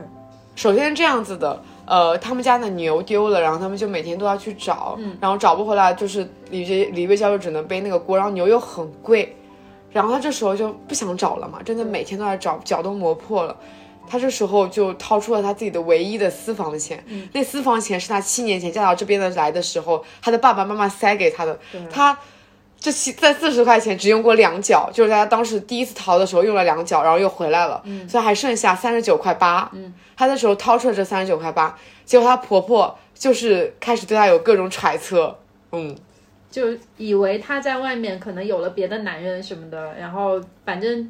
Speaker 1: 首先是这样子的，呃，他们家的牛丢了，然后他们就每天都要去找，然后找不回来，就是李杰李月娇就只能背那个锅，然后牛又很贵，然后他这时候就不想找了嘛，真的每天都在找，脚都磨破了。他这时候就掏出了他自己的唯一的私房钱，那私房钱是他七年前嫁到这边的来的时候，他的爸爸妈妈塞给他的。他这七在四十块钱只用过两角，就是在他当时第一次逃的时候用了两角，然后又回来了，
Speaker 2: 嗯
Speaker 1: 所以还剩下三十九块八。嗯，他那时候掏出了这三十九块八，结果她婆婆就是开始对她有各种揣测。嗯，
Speaker 2: 就以为她在外面可能有了别的男人什么的，然后反正，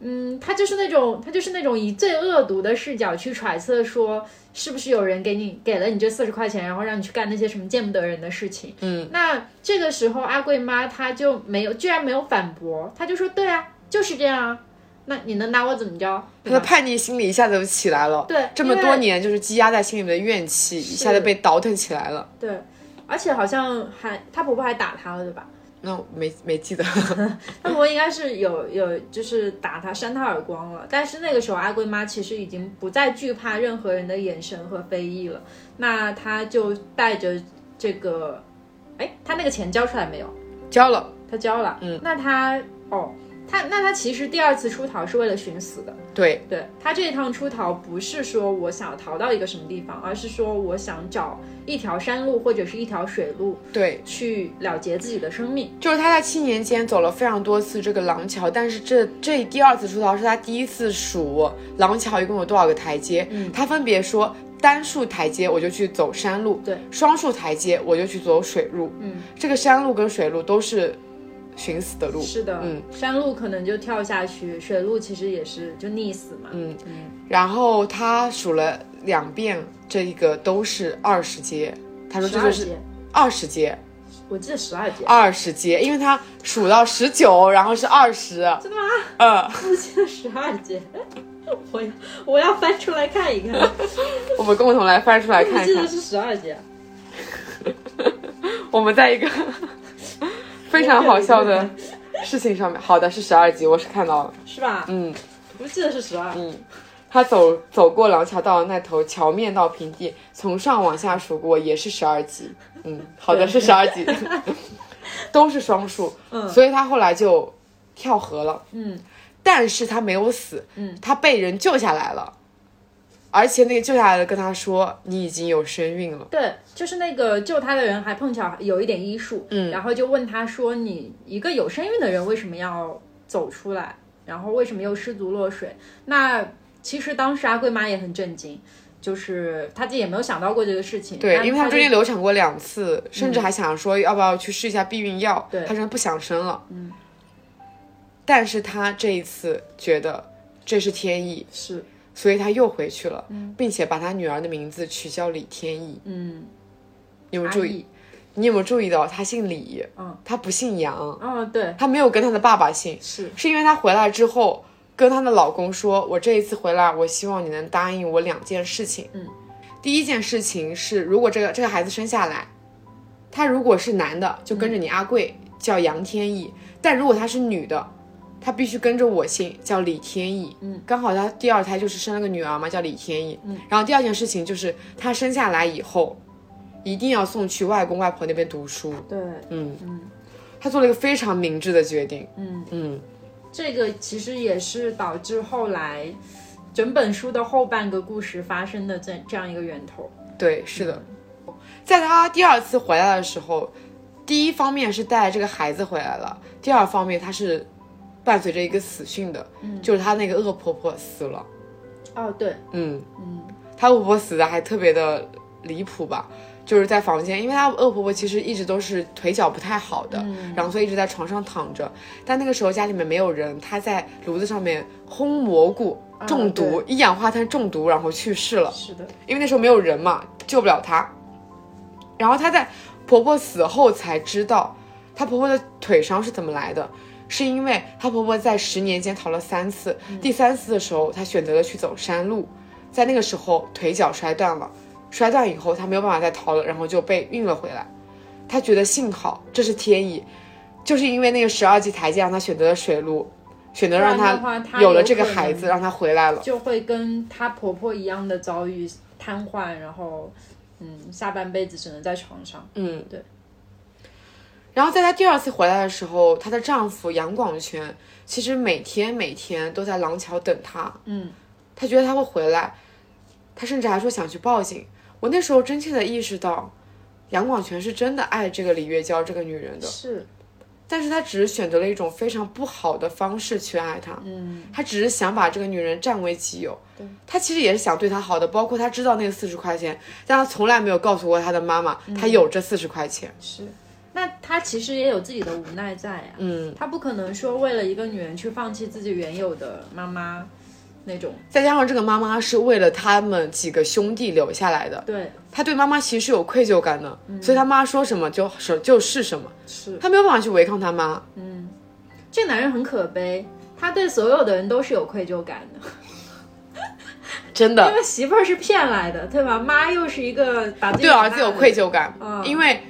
Speaker 2: 嗯，她就是那种她就是那种以最恶毒的视角去揣测说，是不是有人给你给了你这四十块钱，然后让你去干那些什么见不得人的事情。嗯，那这个时候阿贵妈她就没有，居然没有反驳，她就说对啊，就是这样啊，那你能拿我怎么着？
Speaker 1: 她的叛逆心理一下子就起来了。
Speaker 2: 对
Speaker 1: 这么
Speaker 2: 因为
Speaker 1: 多年就是积压在心里面的怨气，一下子被倒腾起来了。
Speaker 2: 对，而且好像还她婆婆还打她了，对吧？
Speaker 1: 那我没没记得， *laughs*
Speaker 2: *laughs* 那我应该是有有就是打他扇他耳光了，但是那个时候阿贵妈其实已经不再惧怕任何人的眼神和非议了，那她就带着这个，哎，她那个钱交出来没有？
Speaker 1: 交了。
Speaker 2: 她交了，嗯，那她哦，他那他其实第二次出逃是为了寻死的，
Speaker 1: 对
Speaker 2: 对他这一趟出逃不是说我想逃到一个什么地方，而是说我想找一条山路或者是一条水路
Speaker 1: 对，
Speaker 2: 去了结自己的生命。
Speaker 1: 就是他在七年间走了非常多次这个廊桥，但是这这第二次出逃是他第一次数廊桥一共有多少个台阶，
Speaker 2: 嗯
Speaker 1: 他分别说单数台阶我就去走山路，
Speaker 2: 对，
Speaker 1: 双数台阶我就去走水路，
Speaker 2: 嗯，
Speaker 1: 这个山路跟水路都是寻死的路，
Speaker 2: 是的，
Speaker 1: 嗯，
Speaker 2: 山路可能就跳下去，水路其实也是就溺死嘛。嗯嗯，
Speaker 1: 然后他数了两遍，这一个都是二十阶，他说
Speaker 2: 十
Speaker 1: 这就
Speaker 2: 二
Speaker 1: 是啊
Speaker 2: 节，
Speaker 1: 二十阶，
Speaker 2: 我记得十二节，
Speaker 1: 二十阶，因为他数到十九，然后是二十，
Speaker 2: 真的吗？
Speaker 1: 嗯，
Speaker 2: 我记得十二节， *laughs* 我要我要翻出来看一看，
Speaker 1: 我们共同来翻出来
Speaker 2: 我
Speaker 1: 看
Speaker 2: 记
Speaker 1: 一
Speaker 2: 得
Speaker 1: 看。
Speaker 2: 是十二节。
Speaker 1: 我们在一
Speaker 2: *laughs*
Speaker 1: 个非常好笑的事情上面，好的是十二级，我是看到了，
Speaker 2: 是吧？
Speaker 1: 嗯，
Speaker 2: 我记得是十二。
Speaker 1: 嗯，他走走过廊桥道的那头，桥面到平地，从上往下数过也是十二级。嗯，好的是十二
Speaker 2: *laughs*
Speaker 1: 级，都是双数。
Speaker 2: 嗯
Speaker 1: 所以他后来就跳河了，
Speaker 2: 嗯
Speaker 1: 但是他没有死，
Speaker 2: 嗯，
Speaker 1: 他被人救下来了，而且那个救下来的跟他说你已经有身孕了。
Speaker 2: 对，就是那个救他的人还碰巧有一点医术，
Speaker 1: 嗯
Speaker 2: 然后就问他说：“你一个有身孕的人为什么要走出来？然后为什么又失足落水？”那其实当时阿贵妈也很震惊，就是她自己也没有想到过这个事情。
Speaker 1: 对，因为
Speaker 2: 她
Speaker 1: 她
Speaker 2: 就
Speaker 1: 中间流产过两次，甚至还想说要不要去试一下避孕药，
Speaker 2: 嗯对
Speaker 1: 她真的不想生了。
Speaker 2: 嗯，
Speaker 1: 但是她这一次觉得这是天意，
Speaker 2: 是
Speaker 1: 所以她又回去了，并且把她女儿的名字取叫李天意。
Speaker 2: 嗯，
Speaker 1: 你有没
Speaker 2: 阿
Speaker 1: 有注意？
Speaker 2: 义
Speaker 1: 你有没有注意到她姓李？
Speaker 2: 嗯，
Speaker 1: 她不姓杨，
Speaker 2: 哦，对，
Speaker 1: 她没有跟她的爸爸姓，
Speaker 2: 是
Speaker 1: 是因为她回来之后跟她的老公说：“我这一次回来，我希望你能答应我两件事情。”
Speaker 2: 嗯，
Speaker 1: 第一件事情是，如果这个这个孩子生下来，他如果是男的，就跟着你阿贵、叫杨天意；
Speaker 2: 嗯
Speaker 1: 但如果他是女的，他必须跟着我姓叫李天意。
Speaker 2: 嗯，
Speaker 1: 刚好他第二胎就是生了个女儿嘛，叫李天意。
Speaker 2: 嗯，
Speaker 1: 然后第二件事情就是他生下来以后，一定要送去外公外婆那边读书。
Speaker 2: 对，
Speaker 1: 嗯，
Speaker 2: 嗯
Speaker 1: 他做了一个非常明智的决定。
Speaker 2: 嗯，
Speaker 1: 嗯，
Speaker 2: 这个其实也是导致后来整本书的后半个故事发生的这这样一个源头。
Speaker 1: 对，是的。在他第二次回来的时候，第一方面是带这个孩子回来了，第二方面他是伴随着一个死讯的，就是他那个恶婆婆死了。
Speaker 2: 哦，对，
Speaker 1: 嗯，
Speaker 2: 嗯。
Speaker 1: 他恶婆婆死的还特别的离谱吧，就是在房间，因为他恶婆婆其实一直都是腿脚不太好的，然后所以一直在床上躺着。但那个时候家里面没有人，她在炉子上面烘蘑菇中毒，一氧化碳中毒，然后去世了。
Speaker 2: 是的，
Speaker 1: 因为那时候没有人嘛，救不了她。然后她在婆婆死后才知道，她婆婆的腿伤是怎么来的，是因为她婆婆在十年间逃了三次，第三次的时候她选择了去走山路，在那个时候腿脚摔断了，摔断以后她没有办法再逃了，然后就被运了回来。她觉得幸好这是天意，就是因为那个十二级台阶让她选择了水路，选择让
Speaker 2: 不然的话
Speaker 1: 她
Speaker 2: 她
Speaker 1: 有了
Speaker 2: 有
Speaker 1: 这个
Speaker 2: 可能
Speaker 1: 孩子，让她回来了。
Speaker 2: 就会跟她婆婆一样的遭遇瘫痪，然后嗯，下半辈子只能在床上。
Speaker 1: 嗯，
Speaker 2: 对。
Speaker 1: 然后在她第二次回来的时候，她的丈夫杨广权其实每天每天都在廊桥等她，
Speaker 2: 嗯，
Speaker 1: 她觉得她会回来，她甚至还说想去报警。我那时候真切的意识到，杨广权是真的爱这个李月娇这个女人的，
Speaker 2: 是，
Speaker 1: 但是他只是选择了一种非常不好的方式去爱她，
Speaker 2: 嗯，
Speaker 1: 他只是想把这个女人占为己有
Speaker 2: 对。
Speaker 1: 他其实也是想对她好的，包括他知道那个四十块钱，但他从来没有告诉过他的妈妈，
Speaker 2: 嗯
Speaker 1: 他有这四十块钱。
Speaker 2: 是。那她其实也有自己的无奈在呀、
Speaker 1: 嗯，
Speaker 2: 她不可能说为了一个女人去放弃自己原有的妈妈那种。
Speaker 1: 再加上这个妈妈是为了他们几个兄弟留下来的，
Speaker 2: 对，嗯
Speaker 1: 她对妈妈其实是有愧疚感的，所以她妈说什么就是就是什么，
Speaker 2: 是，
Speaker 1: 她没有办法去违抗她妈。
Speaker 2: 嗯，这个男人很可悲，他对所有的人都是有愧疚感的， *laughs*
Speaker 1: 真
Speaker 2: 因
Speaker 1: 的
Speaker 2: 为媳妇儿是骗来的，对吧？妈又是一个把自己
Speaker 1: 对儿子
Speaker 2: 养大
Speaker 1: 有
Speaker 2: 的
Speaker 1: 愧疚感，
Speaker 2: 嗯
Speaker 1: 因为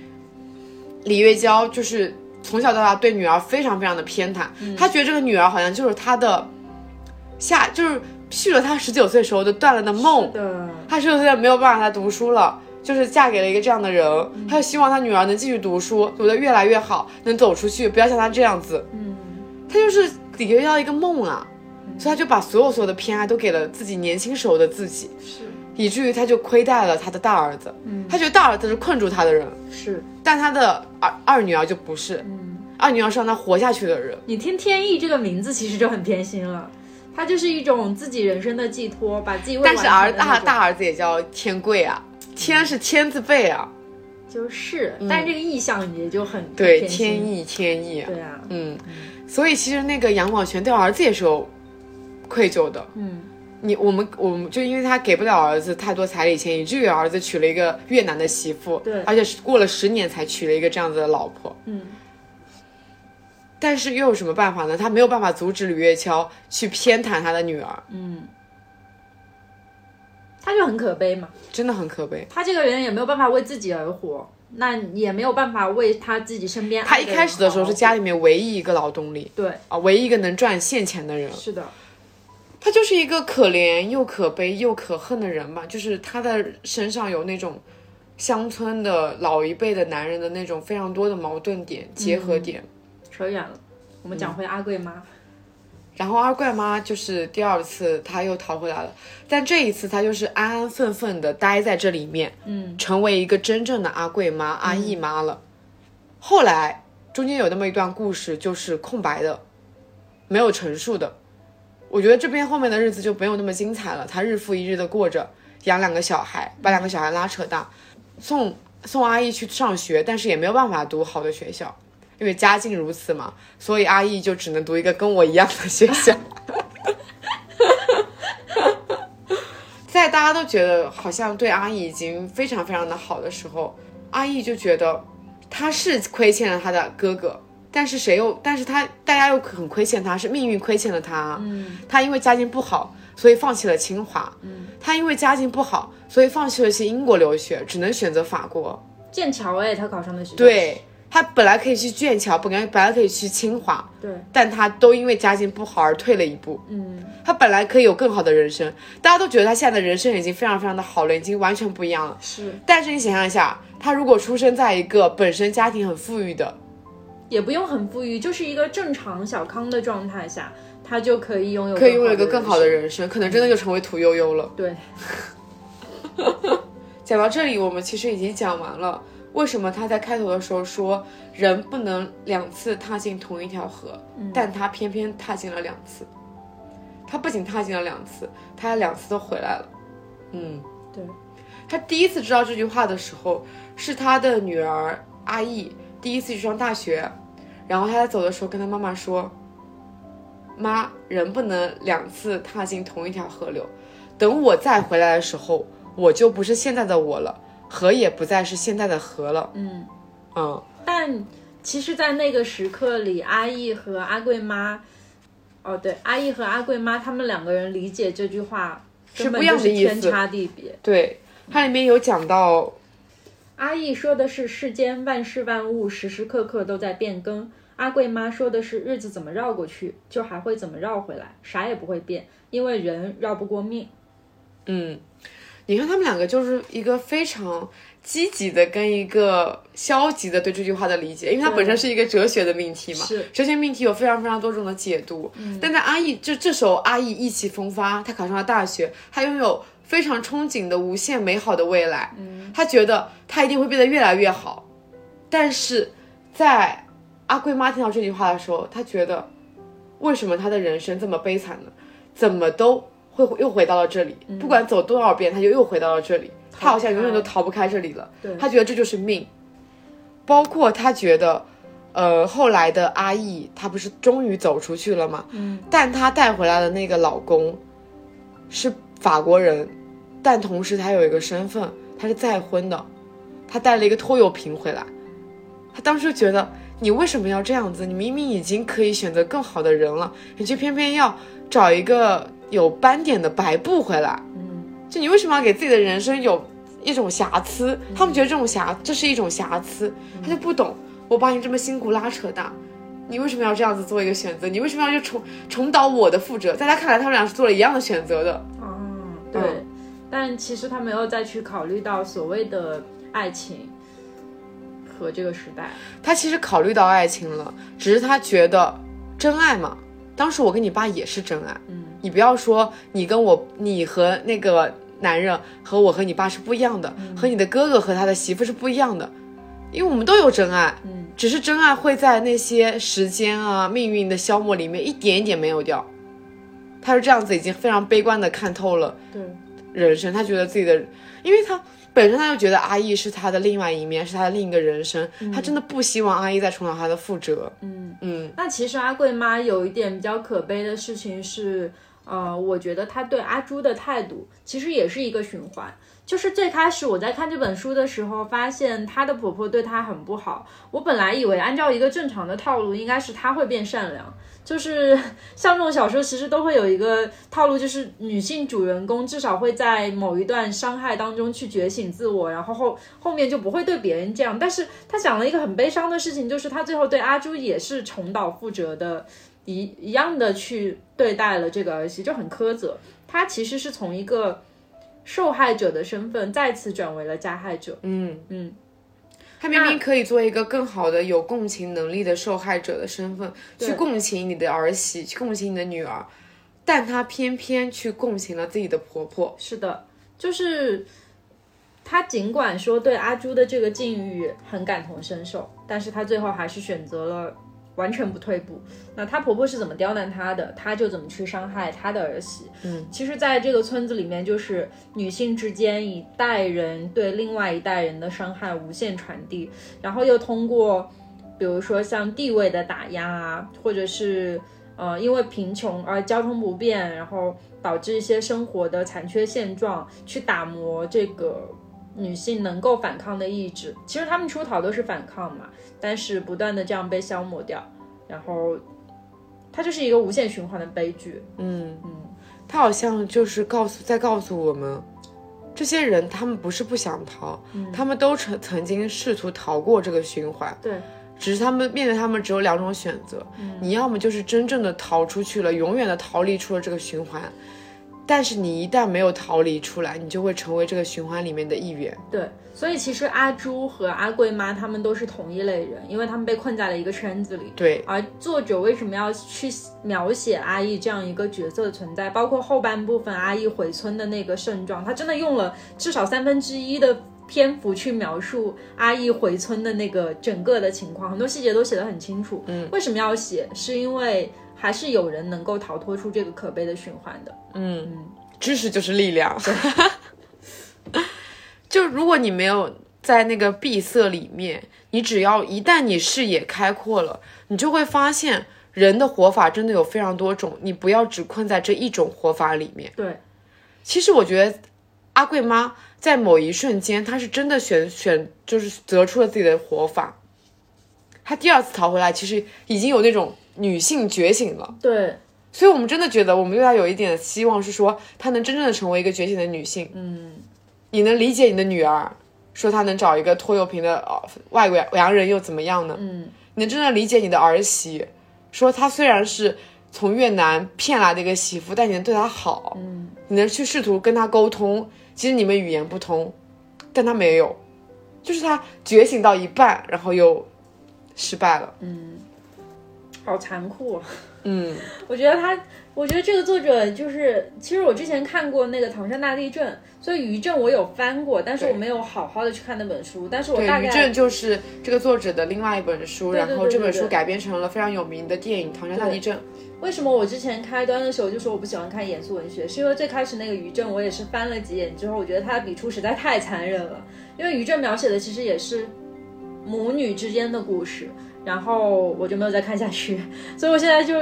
Speaker 1: 李月娇就是从小到大对女儿非常非常的偏袒，
Speaker 2: 嗯
Speaker 1: 她觉得这个女儿好像就是她的下，就是续了她十九岁时候的断了的梦
Speaker 2: 人。的。
Speaker 1: 她十九岁没有办法再读书了，就是嫁给了一个这样的人，
Speaker 2: 嗯
Speaker 1: 她就希望她女儿能继续读书，读得越来越好，能走出去，不要像她这样子。
Speaker 2: 嗯，
Speaker 1: 他就是体会到一个梦啊，所以他就把所有所有的偏爱都给了自己年轻时候的自己，
Speaker 2: 是
Speaker 1: 以至于他就亏待了他的大儿子。
Speaker 2: 嗯
Speaker 1: 他觉得大儿子是困住他的人，
Speaker 2: 是，
Speaker 1: 但他的二二女儿就不是，
Speaker 2: 嗯
Speaker 1: 二女儿是让他活下去的人。
Speaker 2: 你听“天意”这个名字其实就很偏心了，它就是一种自己人生的寄托，把自己未
Speaker 1: 但是儿啊
Speaker 2: 完成的那
Speaker 1: 大
Speaker 2: 种
Speaker 1: 大儿子也叫天贵啊，天是天字辈啊，
Speaker 2: 就是，但这个意象也就很
Speaker 1: 嗯对，
Speaker 2: 偏
Speaker 1: 天
Speaker 2: 心，
Speaker 1: 意天意啊，
Speaker 2: 对啊，
Speaker 1: 嗯，所以其实那个杨广权对儿子也是有愧疚的。
Speaker 2: 嗯，
Speaker 1: 你我们我们就因为他给不了儿子太多彩礼钱，以至于儿子娶了一个越南的媳妇，
Speaker 2: 对
Speaker 1: 而且是过了十年才娶了一个这样子的老婆。
Speaker 2: 嗯，
Speaker 1: 但是又有什么办法呢？他没有办法阻止吕月娇去偏袒他的女儿，
Speaker 2: 他就很可悲嘛，
Speaker 1: 真的很可悲。
Speaker 2: 他这个人也没有办法为自己而活，那也没有办法为他自己身边
Speaker 1: 他
Speaker 2: 爱
Speaker 1: 一
Speaker 2: 人
Speaker 1: 开始的时候
Speaker 2: 好
Speaker 1: 是家里面唯一一个劳动力
Speaker 2: 对，
Speaker 1: 啊，唯一一个能赚现钱的人。
Speaker 2: 是的，
Speaker 1: 他就是一个可怜又可悲又可恨的人吧，就是他的身上有那种乡村的老一辈的男人的那种非常多的矛盾点、结合点。
Speaker 2: 扯远了，我们讲回阿贵妈，
Speaker 1: 然后二怪妈就是第二次她又逃回来了，但这一次她就是安安分分的待在这里面，
Speaker 2: 嗯，
Speaker 1: 成为一个真正的阿贵妈、阿义妈了。后来中间有那么一段故事，就是空白的，没有陈述的。我觉得这边后面的日子就没有那么精彩了，她日复一日的过着，养两个小孩，把两个小孩拉扯大，送送阿义去上学，但是也没有办法读好的学校。因为家境如此嘛，所以阿义就只能读一个跟我一样的学校。 *laughs* 在大家都觉得好像对阿义已经非常非常的好的时候，阿义就觉得他是亏欠了他的哥哥，但是谁又，但是他大家又很亏欠他，是命运亏欠了他。嗯，他因为家境不好，所以放弃了清华。嗯，他因为家境不好，所以放弃了去英国留学，只能选择法国。
Speaker 2: 剑桥哎，他考上的学校，
Speaker 1: 对他本来可以去剑桥，本来本来可以去清华，
Speaker 2: 对，
Speaker 1: 但他都因为家境不好而退了一步。
Speaker 2: 嗯，
Speaker 1: 他本来可以有更好的人生，大家都觉得他现在的人生已经非常非常的好了，已经完全不一样了。
Speaker 2: 是，
Speaker 1: 但是你想象一下，他如果出生在一个本身家庭很富裕的，
Speaker 2: 也不用很富裕，就是一个正常小康的状态下，他就可以拥有
Speaker 1: 可以拥有一个
Speaker 2: 更
Speaker 1: 更好的人生，可能真的就成为屠呦呦了。
Speaker 2: 人生，对，
Speaker 1: *laughs* 讲到这里，我们其实已经讲完了。为什么他在开头的时候说人不能两次踏进同一条河，但他偏偏踏进了两次。他不仅踏进了两次，他还两次都回来了。嗯，
Speaker 2: 对。
Speaker 1: 他第一次知道这句话的时候，是他的女儿阿义第一次去上大学，然后他在走的时候跟他妈妈说：“妈，人不能两次踏进同一条河流，等我再回来的时候，我就不是现在的我了，河也不再是现在的河了。
Speaker 2: 嗯。
Speaker 1: 嗯，
Speaker 2: 但其实，在那个时刻里，阿义和阿贵妈，哦，对，阿义和阿贵妈他们两个人理解这句话根本
Speaker 1: 不一样
Speaker 2: 就是
Speaker 1: 的意思
Speaker 2: 天差地别。
Speaker 1: 对，它里面有讲到，
Speaker 2: 阿义说的是世间万事万物时时刻刻都在变更，阿贵妈说的是日子怎么绕过去，就还会怎么绕回来，啥也不会变，因为人绕不过命。
Speaker 1: 嗯，你看他们两个就是一个非常积极的跟一个消极的对这句话的理解，因为它
Speaker 2: 对
Speaker 1: 本身是一个哲学的命题嘛，
Speaker 2: 是嗯
Speaker 1: 哲学命题有非常非常多种的解读。但在阿义这这时候，阿义意气风发，他考上了大学，他拥有非常憧憬的无限美好的未来，他觉得他一定会变得越来越好。但是在阿贵妈听到这句话的时候，她觉得为什么她的人生这么悲惨呢？怎么都会又回到了这里，不管走多少遍，她就又回到了这里，她好像永远都逃不开这里了。
Speaker 2: 对
Speaker 1: 她觉得这就是命。包括她觉得，呃，后来的阿义，她不是终于走出去了吗？
Speaker 2: 嗯，
Speaker 1: 但她带回来的那个老公是法国人，但同时她有一个身份，她是再婚的，她带了一个拖油瓶回来。她当时就觉得，你为什么要这样子？你明明已经可以选择更好的人了，你却偏偏要找一个有斑点的白布回来。
Speaker 2: 嗯，
Speaker 1: 就你为什么要给自己的人生有一种瑕疵？他们觉得这种瑕，这是一种瑕疵，他就不懂。我把你这么辛苦拉扯大，你为什么要这样子做一个选择？你为什么要就重重蹈我的覆辙？在他看来，他们俩是做了一样的选择的。
Speaker 2: 哦，对，
Speaker 1: 嗯
Speaker 2: 但其实他没有再去考虑到所谓的爱情和这个时代。
Speaker 1: 他其实考虑到爱情了，只是他觉得真爱嘛。当时我跟你爸也是真爱，
Speaker 2: 嗯，
Speaker 1: 你不要说你跟我，你和那个男人和我和你爸是不一样的，
Speaker 2: 嗯
Speaker 1: 和你的哥哥和他的媳妇是不一样的，因为我们都有真爱，
Speaker 2: 嗯，
Speaker 1: 只是真爱会在那些时间啊、命运的消磨里面一点一点没有掉。他是这样子，已经非常悲观的看透了
Speaker 2: 对，
Speaker 1: 人生，他觉得自己的，因为他本身他就觉得阿义是他的另外一面，是他的另一个人生，他真的不希望阿义再重蹈他的覆辙。
Speaker 2: 嗯
Speaker 1: 嗯，
Speaker 2: 那其实阿贵妈有一点比较可悲的事情是，呃，我觉得她对阿朱的态度其实也是一个循环。就是最开始我在看这本书的时候，发现她的婆婆对她很不好。我本来以为按照一个正常的套路，应该是她会变善良。就是像这种小说，其实都会有一个套路，就是女性主人公至少会在某一段伤害当中去觉醒自我，然后后后面就不会对别人这样。但是她讲了一个很悲伤的事情，就是她最后对阿朱也是重蹈覆辙的，一一样的去对待了这个儿媳，就很苛责。她其实是从一个受害者的身份再次转为了加害者。
Speaker 1: 他明明可以做一个更好的、有共情能力的受害者的身份，去共情你的儿媳，去共情你的女儿，但他偏偏去共情了自己的婆婆。
Speaker 2: 是的，就是他尽管说对阿朱的这个境遇很感同身受，但是他最后还是选择了完全不退步。那她婆婆是怎么刁难她的，她就怎么去伤害她的儿媳。嗯，其实，在这个村子里面，就是女性之间一代人对另外一代人的伤害无限传递，然后又通过。比如说像地位的打压啊，或者是呃因为贫穷而交通不便，然后导致一些生活的残缺现状，去打磨这个女性能够反抗的意志。其实他们出逃都是反抗嘛，但是不断的这样被消磨掉，然后它就是一个无限循环的悲剧。
Speaker 1: 嗯嗯，他好像就是告诉在告诉我们，这些人他们不是不想逃，他们都曾曾经试图逃过这个循环，
Speaker 2: 对，
Speaker 1: 只是他们面对他们只有两种选择，你要么就是真正的逃出去了，永远的逃离出了这个循环。但是你一旦没有逃离出来，你就会成为这个循环里面的一员。
Speaker 2: 对，所以其实阿朱和阿贵妈他们都是同一类人，因为他们被困在了一个圈子里。
Speaker 1: 对，
Speaker 2: 而作者为什么要去描写阿义这样一个角色的存在？包括后半部分阿义回村的那个盛装，他真的用了至少三分之一的篇幅去描述阿义回村的那个整个的情况，很多细节都写得很清楚。嗯，为什么要写？是因为还是有人能够逃脱出这个可悲的循环的。
Speaker 1: 知识就是力量。 *laughs* 就如果你没有在那个闭塞里面，你只要一旦你视野开阔了，你就会发现人的活法真的有非常多种，你不要只困在这一种活法里面。
Speaker 2: 对，
Speaker 1: 其实我觉得阿贵妈在某一瞬间，她是真的选选就是择出了自己的活法。她第二次逃回来，其实已经有那种女性觉醒了。
Speaker 2: 对，
Speaker 1: 所以我们真的觉得，我们对她有一点希望，是说她能真正的成为一个觉醒的女性。嗯，你能理解你的女儿，说她能找一个拖油瓶的呃外国洋人又怎么样呢？
Speaker 2: 嗯，
Speaker 1: 你能真的理解你的儿媳，说她虽然是从越南骗来的一个媳妇，但你能对她好，
Speaker 2: 嗯，
Speaker 1: 你能去试图跟她沟通。其实你们语言不通，但她没有，就是她觉醒到一半，然后又失败了。
Speaker 2: 好残酷、啊。
Speaker 1: 嗯，
Speaker 2: *laughs* 我觉得他，我觉得这个作者就是，其实我之前看过那个唐山大地震，所以余震我有翻过，但是我没有好好的去看那本书，但是我
Speaker 1: 对，
Speaker 2: 大
Speaker 1: 《余震
Speaker 2: 概》
Speaker 1: 就是这个作者的另外一本书，
Speaker 2: 对
Speaker 1: 然后
Speaker 2: 对
Speaker 1: 这
Speaker 2: 对
Speaker 1: 本
Speaker 2: 对
Speaker 1: 书改编成了非常有名的电影《唐山大地震》。
Speaker 2: 为什么我之前开端的时候就说我不喜欢看严肃文学，是因为最开始那个余震我也是翻了几眼之后，我觉得他的笔触实在太残忍了，因为余震描写的其实也是母女之间的故事，然后我就没有再看下去，所以我现在就。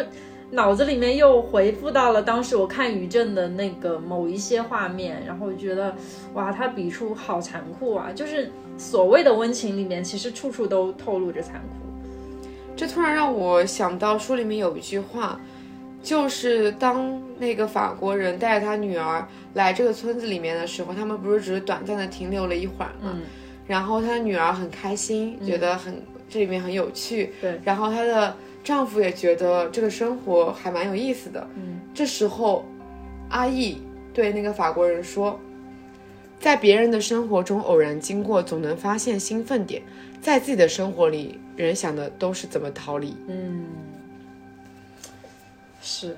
Speaker 2: 脑子里面又回复到了当时我看余震的那个某一些画面，然后我觉得哇，他笔触好残酷啊！就是所谓的温情里面，其实处处都透露着残酷。
Speaker 1: 这突然让我想到书里面有一句话，就是当那个法国人带着他女儿来这个村子里面的时候，他们不是只是短暂的停留了一会儿嘛，
Speaker 2: 嗯
Speaker 1: 然后他女儿很开心，觉得很这里面很有趣，
Speaker 2: 对，
Speaker 1: 然后她的丈夫也觉得这个生活还蛮有意思的，
Speaker 2: 嗯，
Speaker 1: 这时候阿义对那个法国人说。在别人的生活中偶然经过，总能发现兴奋点；在自己的生活里，人想的都是怎么逃离。
Speaker 2: 嗯，是，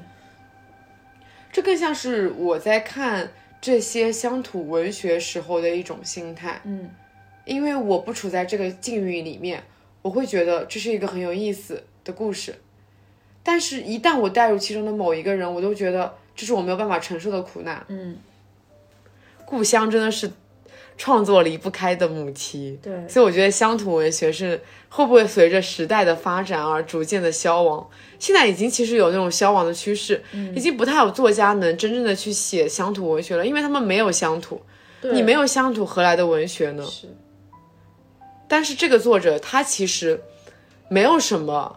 Speaker 1: 这更像是我在看这些乡土文学时候的一种心态，
Speaker 2: 嗯
Speaker 1: 因为我不处在这个境遇里面，我会觉得这是一个很有意思的故事，但是一旦我带入其中的某一个人，我都觉得这是我没有办法承受的苦难。
Speaker 2: 嗯，
Speaker 1: 故乡真的是创作离不开的母题，
Speaker 2: 对，
Speaker 1: 所以我觉得乡土文学是会不会随着时代的发展而逐渐的消亡？现在已经其实有那种消亡的趋势，已经不太有作家能真正的去写乡土文学了，因为他们没有乡土，
Speaker 2: 对
Speaker 1: 你没有乡土，何来的文学呢？
Speaker 2: 是，
Speaker 1: 但是这个作者他其实没有什么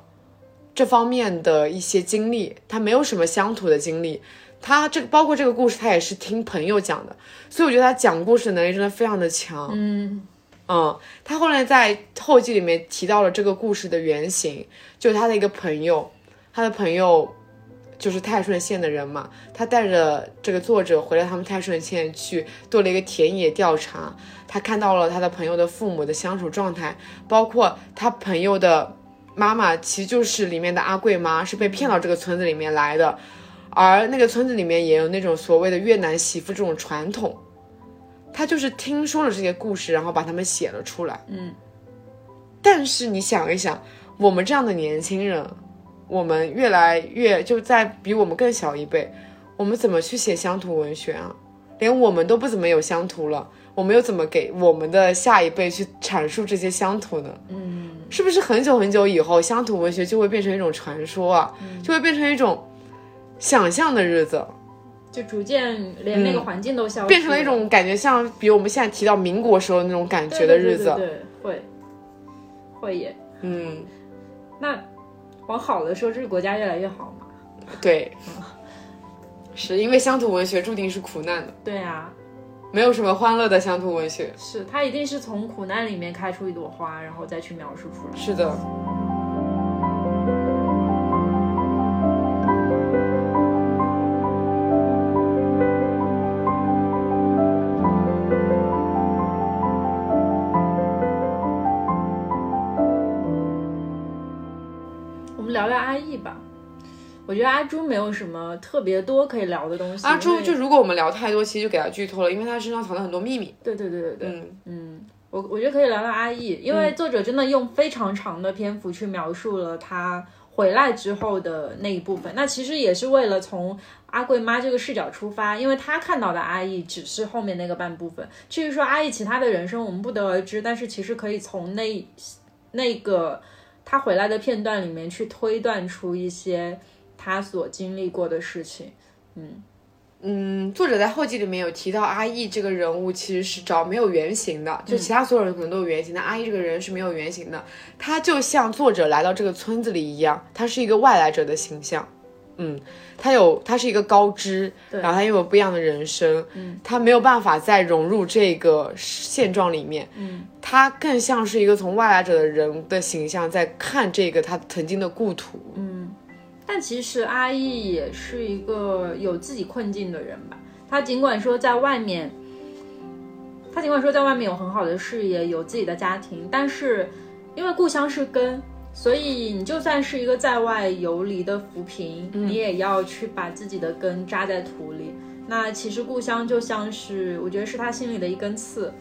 Speaker 1: 这方面的一些经历，他没有什么乡土的经历。他这个包括这个故事，他也是听朋友讲的，所以我觉得他讲故事的能力真的非常的强。
Speaker 2: 嗯
Speaker 1: 嗯，他后来在后记里面提到了这个故事的原型，就是他的一个朋友，他的朋友就是泰顺县的人嘛，他带着这个作者回到他们泰顺县去做了一个田野调查，他看到了他的朋友的父母的相处状态，包括他朋友的妈妈其实就是里面的阿贵妈，是被骗到这个村子里面来的，而那个村子里面也有那种所谓的越南媳妇这种传统。他就是听说了这些故事，然后把他们写了出来。
Speaker 2: 嗯，
Speaker 1: 但是你想一想，我们这样的年轻人，我们越来越就在比我们更小一辈，我们怎么去写乡土文学啊？连我们都不怎么有乡土了，我们又怎么给我们的下一辈去阐述这些乡土呢？
Speaker 2: 嗯，
Speaker 1: 是不是很久很久以后，乡土文学就会变成一种传说啊？
Speaker 2: 嗯
Speaker 1: 就会变成一种想象的日子，
Speaker 2: 就逐渐连那个环境都消失了，
Speaker 1: 嗯变成了一种感觉像比我们现在提到民国时候那种感
Speaker 2: 对
Speaker 1: 觉的日子。
Speaker 2: 对对对对会会耶。
Speaker 1: 嗯，
Speaker 2: 那往好了说，这个国家越来越好嘛？
Speaker 1: 对，
Speaker 2: 嗯
Speaker 1: 是因为乡土文学注定是苦难的，
Speaker 2: 对啊，
Speaker 1: 没有什么欢乐的乡土文学。
Speaker 2: 是它一定是从苦难里面开出一朵花，然后再去描述出来。
Speaker 1: 是的，
Speaker 2: 我们聊聊阿易吧。我觉得阿朱没有什么特别多可以聊的东西。
Speaker 1: 阿朱
Speaker 2: 因为
Speaker 1: 啊就如果我们聊太多，其实就给他剧透了，因为他身上藏了很多秘密。
Speaker 2: 对对对对对，
Speaker 1: 嗯
Speaker 2: 嗯，我我觉得可以聊聊阿易，因为作者真的用非常长的篇幅去描述了他回来之后的那一部分。那其实也是为了从阿贵妈这个视角出发，因为她看到的阿易只是后面那个半部分。至于说阿易其他的人生，我们不得而知，但是其实可以从那那个他回来的片段里面去推断出一些他所经历过的事情。
Speaker 1: 嗯，作者在后记里面有提到阿义这个人物其实是找没有原型的，
Speaker 2: 嗯
Speaker 1: 就其他所有人可能都有原型，但阿义这个人是没有原型的。他就像作者来到这个村子里一样，他是一个外来者的形象。嗯，他有他是一个高知，然后他又有不一样的人生，嗯，他没有办法再融入这个现状里面，
Speaker 2: 嗯，
Speaker 1: 他更像是一个从外来者的人的形象在看这个他曾经的故土，
Speaker 2: 嗯但其实阿易也是一个有自己困境的人吧。他尽管说在外面，他尽管说在外面有很好的事业，有自己的家庭，但是因为故乡是根，所以你就算是一个在外游离的浮萍，你也要去把自己的根扎在土里。那其实故乡就像是，我觉得是他心里的一根刺，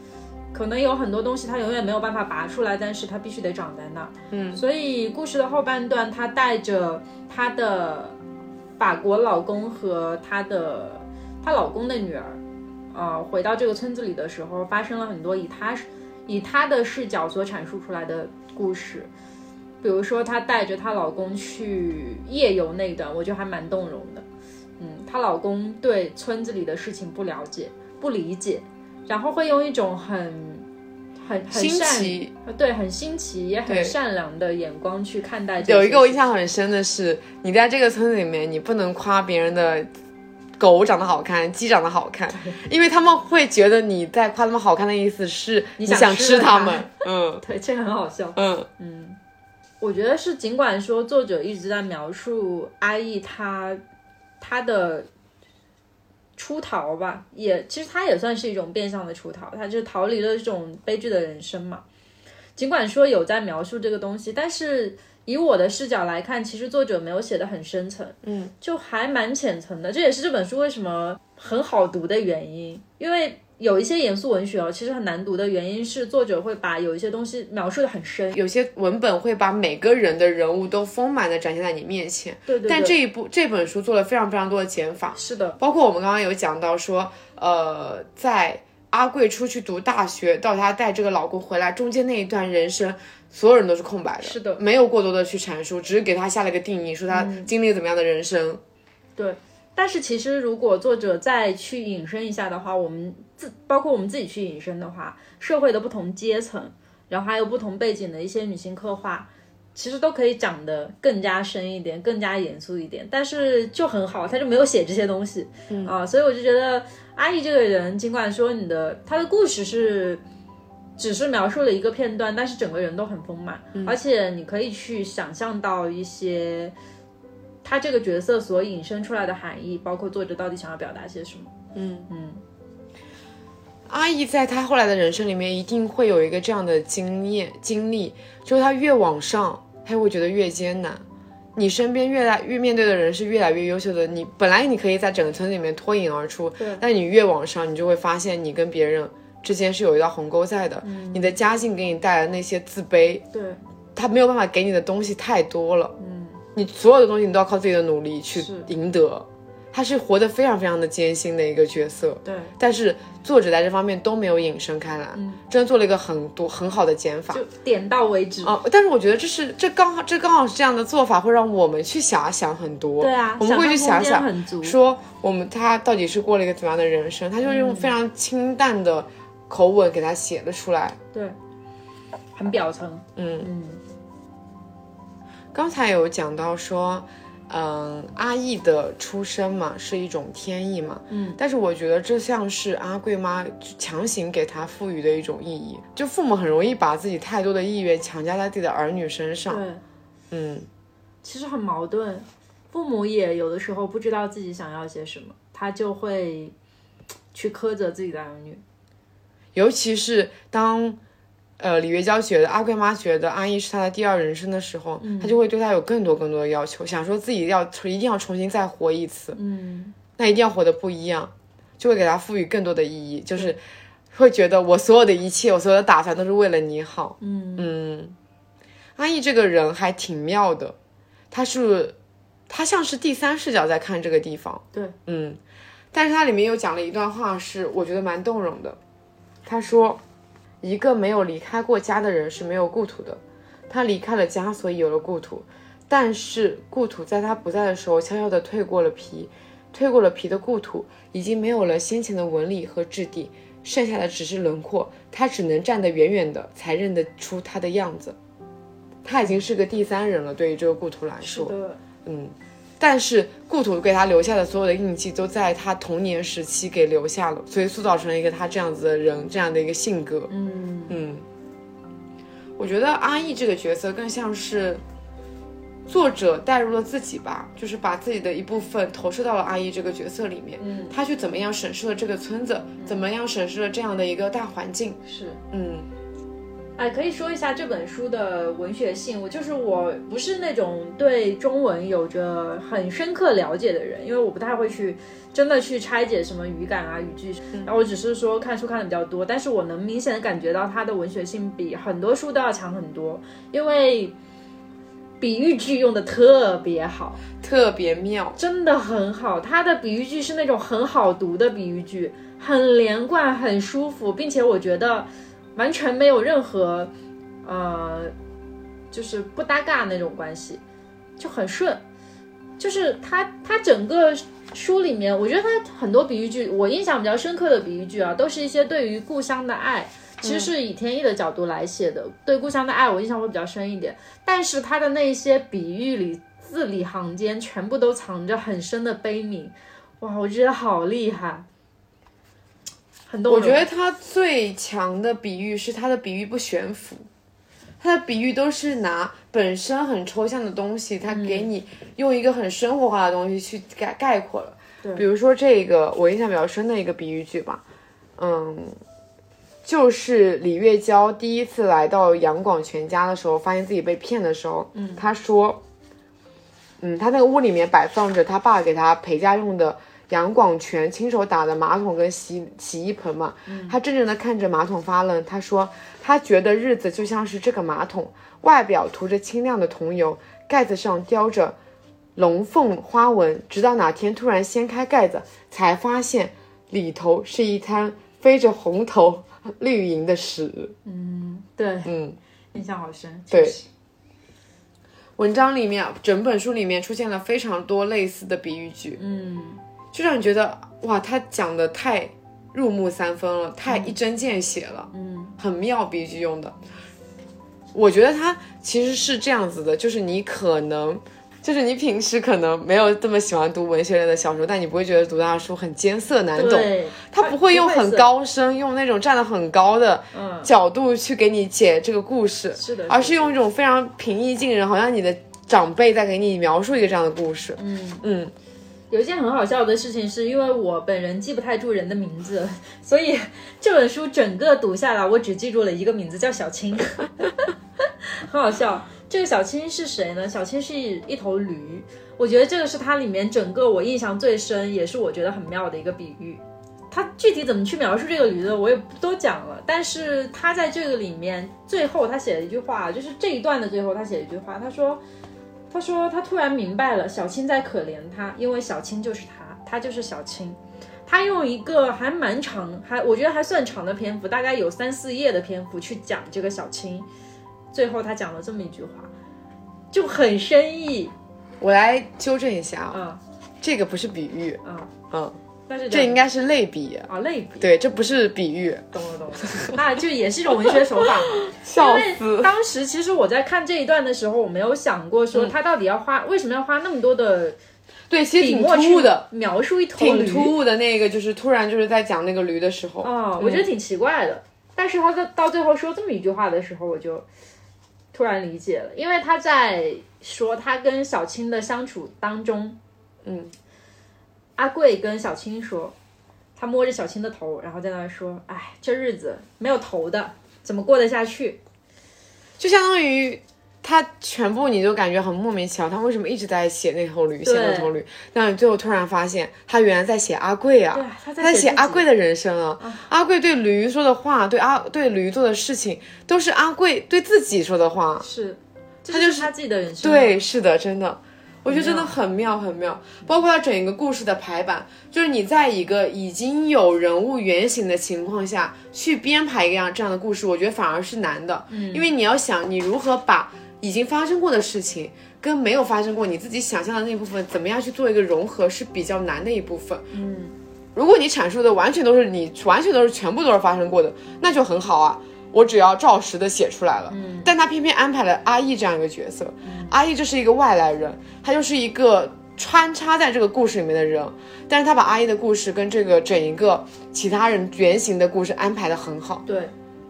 Speaker 2: 可能有很多东西他永远没有办法拔出来，但是他必须得长在那儿。嗯，所以故事的后半段，他带着她的法国老公和她的她老公的女儿，呃，回到这个村子里的时候，发生了很多以她以她的视角所阐述出来的故事。比如说，她带着她老公去夜游那一段，我觉得还蛮动容的。嗯，她老公对村子里的事情不了解、不理解，然后会用一种很、很、很
Speaker 1: 新
Speaker 2: 善
Speaker 1: 奇，
Speaker 2: 呃对很新奇也
Speaker 1: 对
Speaker 2: 很善良的眼光去看待这些事情。
Speaker 1: 有一个我印象很深的是，你在这个村子里面，你不能夸别人的狗长得好看，鸡长得好
Speaker 2: *laughs*
Speaker 1: 看，因为他们会觉得你在夸他们好看的意思是
Speaker 2: 你
Speaker 1: 你
Speaker 2: 想
Speaker 1: 想
Speaker 2: 吃
Speaker 1: 吃
Speaker 2: 了
Speaker 1: 它
Speaker 2: 它 *laughs*
Speaker 1: 们。嗯
Speaker 2: 对，这个很好笑。
Speaker 1: 嗯，
Speaker 2: 我觉得是，尽管说作者一直在描述阿义他他的出逃吧，也其实他也算是一种变相的出逃，他就逃离了这种悲剧的人生嘛。尽管说有在描述这个东西，但是以我的视角来看，其实作者没有写的很深层，嗯，就还蛮浅层的。这也是这本书为什么很好读的原因，因为有一些严肃文学哦，其实很难读的原因是作者会把有一些东西描述的很深。
Speaker 1: 有些文本会把每个人的人物都丰满的展现在你面前，
Speaker 2: 对对对
Speaker 1: 但这一部这本书做了非常非常多的减法，
Speaker 2: 是的，
Speaker 1: 包括我们刚刚有讲到说，呃，在阿贵出去读大学到她带这个老公回来中间那一段人生，所有人都是空白的，
Speaker 2: 是的嗯
Speaker 1: 没有过多的去阐述，只是给她下了一个定义，说她经历了怎么样的人生。
Speaker 2: 但是其实，如果作者再去引申一下的话，我们自包括我们自己去引申的话，社会的不同阶层，然后还有不同背景的一些女性刻画，其实都可以讲得更加深一点，更加严肃一点。但是就很好，他就没有写这些东西，嗯啊、所以我就觉得阿易这个人，尽管说你的他的故事是。只是描述了一个片段，但是整个人都很丰满，而且你可以去想象到一些他这个角色所引申出来的含义，包括作者到底想要表达些什么。
Speaker 1: 阿姨在她后来的人生里面一定会有一个这样的经验经历，就是她越往上，她会觉得越艰难。你身边越来越面对的人是越来越优秀的，你本来你可以在整个村子里面脱颖而出，但你越往上，你就会发现你跟别人之间是有一道鸿沟在的。你的家境给你带来的那些自卑，
Speaker 2: 嗯对，
Speaker 1: 他没有办法给你的东西太多了。嗯，你所有的东西你都要靠自己的努力去
Speaker 2: 是
Speaker 1: 赢得。他是活得非常非常的艰辛的一个角色。
Speaker 2: 对，
Speaker 1: 但是作者在这方面都没有引申开来，
Speaker 2: 嗯
Speaker 1: 真的做了一个很多很好的减法
Speaker 2: 就点到为止。
Speaker 1: 啊、但是我觉得这是这刚好这刚好是这样的做法，会让我们去遐想很多。
Speaker 2: 对啊，
Speaker 1: 我们会去想
Speaker 2: 想象空间
Speaker 1: 想，
Speaker 2: 很足。
Speaker 1: 说我们他到底是过了一个怎么样的人生，他就
Speaker 2: 嗯
Speaker 1: 用非常清淡的口吻给他写了出来。
Speaker 2: 对，很表层。
Speaker 1: 嗯
Speaker 2: 嗯，
Speaker 1: 刚才有讲到说。嗯，阿义的出身嘛是一种天意嘛，
Speaker 2: 嗯，
Speaker 1: 但是我觉得这像是阿贵妈强行给他赋予的一种意义，就父母很容易把自己太多的意愿强加在自己的儿女身上，
Speaker 2: 对，
Speaker 1: 嗯，
Speaker 2: 其实很矛盾。父母也有的时候不知道自己想要些什么，他就会去苛责自己的儿女。
Speaker 1: 尤其是当。呃，李月娇觉得阿贵妈觉得阿义是她的第二人生的时候，
Speaker 2: 嗯
Speaker 1: 她就会对她有更多更多的要求，想说自己要一定要重新再活一次，
Speaker 2: 嗯，
Speaker 1: 那一定要活得不一样，就会给他赋予更多的意义，就是会觉得我所有的一切，我所有的打算都是为了你好。
Speaker 2: 嗯
Speaker 1: 阿义这个人还挺妙的，他是他像是第三视角在看这个地方。
Speaker 2: 对，
Speaker 1: 嗯，但是他里面又讲了一段话，是我觉得蛮动容的。他说，一个没有离开过家的人是没有故土的，他离开了家，所以有了故土。但是故土在他不在的时候，悄悄地褪过了皮，褪过了皮的故土已经没有了先前的纹理和质地，剩下的只是轮廓。他只能站得远远的，才认得出他的样子。他已经是个第三人了，对于这个故土来
Speaker 2: 是
Speaker 1: 说，
Speaker 2: 的，
Speaker 1: 但是故土给他留下的所有的印记，都在他童年时期给留下了，所以塑造成了一个他这样子的人，这样的一个性格。
Speaker 2: 嗯，
Speaker 1: 嗯，我觉得阿义这个角色更像是作者带入了自己吧，就是把自己的一部分投射到了阿义这个角色里面。
Speaker 2: 嗯，
Speaker 1: 他去怎么样审视了这个村子，怎么样审视了这样的一个大环境。
Speaker 2: 是。
Speaker 1: 嗯
Speaker 2: 哎，可以说一下这本书的文学性。我就是我不是那种对中文有着很深刻了解的人，因为我不太会去真的去拆解什么语感啊、语句。然后我只是说看书看的比较多，但是我能明显的感觉到它的文学性比很多书都要强很多，因为比喻句用的特别好。
Speaker 1: 特别妙。
Speaker 2: 真的很好。它的比喻句是那种很好读的比喻句，很连贯，很舒服，并且我觉得完全没有任何呃，就是不搭嘎那种关系，就很顺。就是它它整个书里面，我觉得它很多比喻句，我印象比较深刻的比喻句啊，都是一些对于故乡的
Speaker 1: 嗯
Speaker 2: 爱。其实是以天意的角度来写的，对故乡的爱我印象会比较深一点。但是他的那些比喻里字里行间全部都藏着很深的悲悯，哇，我觉得好厉害，很动
Speaker 1: 我
Speaker 2: 容。
Speaker 1: 觉得他最强的比喻是他的比喻不悬浮，他的比喻都是拿本身很抽象的东西，他给你用一个很生活化的东西去概概括了。比如说这个我印象比较深的一个比喻句吧，嗯，就是李月娇第一次来到杨广全家的时候，发现自己被骗的时候，嗯，她说，嗯，她那个屋里面摆放着她爸给她陪嫁用的杨广全亲手打的马桶跟洗洗衣盆嘛，她怔怔的看着马桶发愣，她说，她觉得日子就像是这个马桶，外表涂着清亮的桐油，盖子上雕着龙凤花纹，直到哪天突然掀开盖子，才发现里头是一滩飞着红头绿银的屎。
Speaker 2: 对，
Speaker 1: 嗯，
Speaker 2: 印象好深。
Speaker 1: 对
Speaker 2: 确实，
Speaker 1: 文章里面，整本书里面出现了非常多类似的比喻句，
Speaker 2: 嗯，
Speaker 1: 就让你觉得哇，他讲的太入木三分了，太一针见血了，
Speaker 2: 嗯，
Speaker 1: 很妙比喻句用的。我觉得他其实是这样子的，就是你可能。就是你平时可能没有这么喜欢读文学类的小说，但你不会觉得读他的书很艰涩难懂，
Speaker 2: 对，
Speaker 1: 他不会用很
Speaker 2: 涩，
Speaker 1: 高深，用那种站得很高的
Speaker 2: 嗯，
Speaker 1: 角度去给你解这个故事，
Speaker 2: 是的，
Speaker 1: 而是用一种非常平易近人，好像你的长辈在给你描述一个这样的故事。
Speaker 2: 嗯。
Speaker 1: 嗯，
Speaker 2: 有一件很好笑的事情，是因为我本人记不太住人的名字， *laughs* 所以这本书整个读下来，我只记住了一个名字，叫小青， *laughs* 很好笑。这个小青是谁呢？小青是一头驴，我觉得这个是它里面整个我印象最深，也是我觉得很妙的一个比喻。它具体怎么去描述这个驴的，我也不都讲了。但是他在这个里面，最后他写了一句话，就是这一段的最后，他写了一句话，他说：“他说他突然明白了，小青在可怜他，因为小青就是他，他就是小青。他用一个还蛮长，还我觉得还算长的篇幅，大概有三四页的篇幅去讲这个小青。最后他讲了这么一句话，就很深意。
Speaker 1: 我来纠正一下啊，
Speaker 2: 嗯
Speaker 1: 这个不是比喻，
Speaker 2: 嗯，
Speaker 1: 嗯，
Speaker 2: 但是
Speaker 1: 这应
Speaker 2: 该
Speaker 1: 该是类比。
Speaker 2: 啊类比，
Speaker 1: 对，这不是比喻，
Speaker 2: 懂了懂了，那就也是一种文
Speaker 1: *laughs*
Speaker 2: 学手法嘛。
Speaker 1: 笑
Speaker 2: 因为
Speaker 1: 死。
Speaker 2: 当时其实我在看这一段的时候，我没有想过说
Speaker 1: 嗯
Speaker 2: 他到底要花、为什么要花那么多的
Speaker 1: 对，其实
Speaker 2: 笔
Speaker 1: 挺
Speaker 2: 墨
Speaker 1: 突
Speaker 2: 去
Speaker 1: 兀的，
Speaker 2: 描述一头
Speaker 1: 挺
Speaker 2: 驴，
Speaker 1: 突兀的那个，就是突然就是在讲那个驴的时候，
Speaker 2: 哦，我觉得挺奇怪的。但是他在到最后说这么一句话的时候，我就突然理解了，因为他在说他跟小青的相处当中，
Speaker 1: 嗯，
Speaker 2: 阿贵跟小青说，他摸着小青的头，然后在那说：“哎，这日子没有头的，怎么过得下去
Speaker 1: 就相当于。他全部你就感觉很莫名其妙，他为什么一直在写那头驴，写那头驴？但你最后突然发现，他原来在写阿贵啊！？”
Speaker 2: 对啊，他
Speaker 1: 他
Speaker 2: 在
Speaker 1: 写
Speaker 2: 自己
Speaker 1: 阿贵的人生啊，阿贵对驴说的话，对阿对驴做的事情，都是阿贵对自己说的话。
Speaker 2: 是，这
Speaker 1: 他就
Speaker 2: 就是他自己的人生。，
Speaker 1: 对，是的，真的，我觉得
Speaker 2: 很
Speaker 1: 真的很妙很妙。包括他整一个故事的排版，就是你在一个已经有人物原型的情况下去编排一个样这样的故事，我觉得反而是难的，嗯，因为你要想你如何把已经发生过的事情。跟没有发生过你自己想象的那部分，怎么样去做一个融合是比较难的一部分。
Speaker 2: 嗯，
Speaker 1: 如果你阐述的完全都是你完全都是全部都是发生过的，那就很好啊。我只要照实的写出来了，嗯，但他偏偏安排了阿义这样一个角色，阿义这是一个外来人，他就是一个穿插在这个故事里面的人，但是他把阿义的故事跟这个整一个其他人原型的故事安排的很好，
Speaker 2: 对，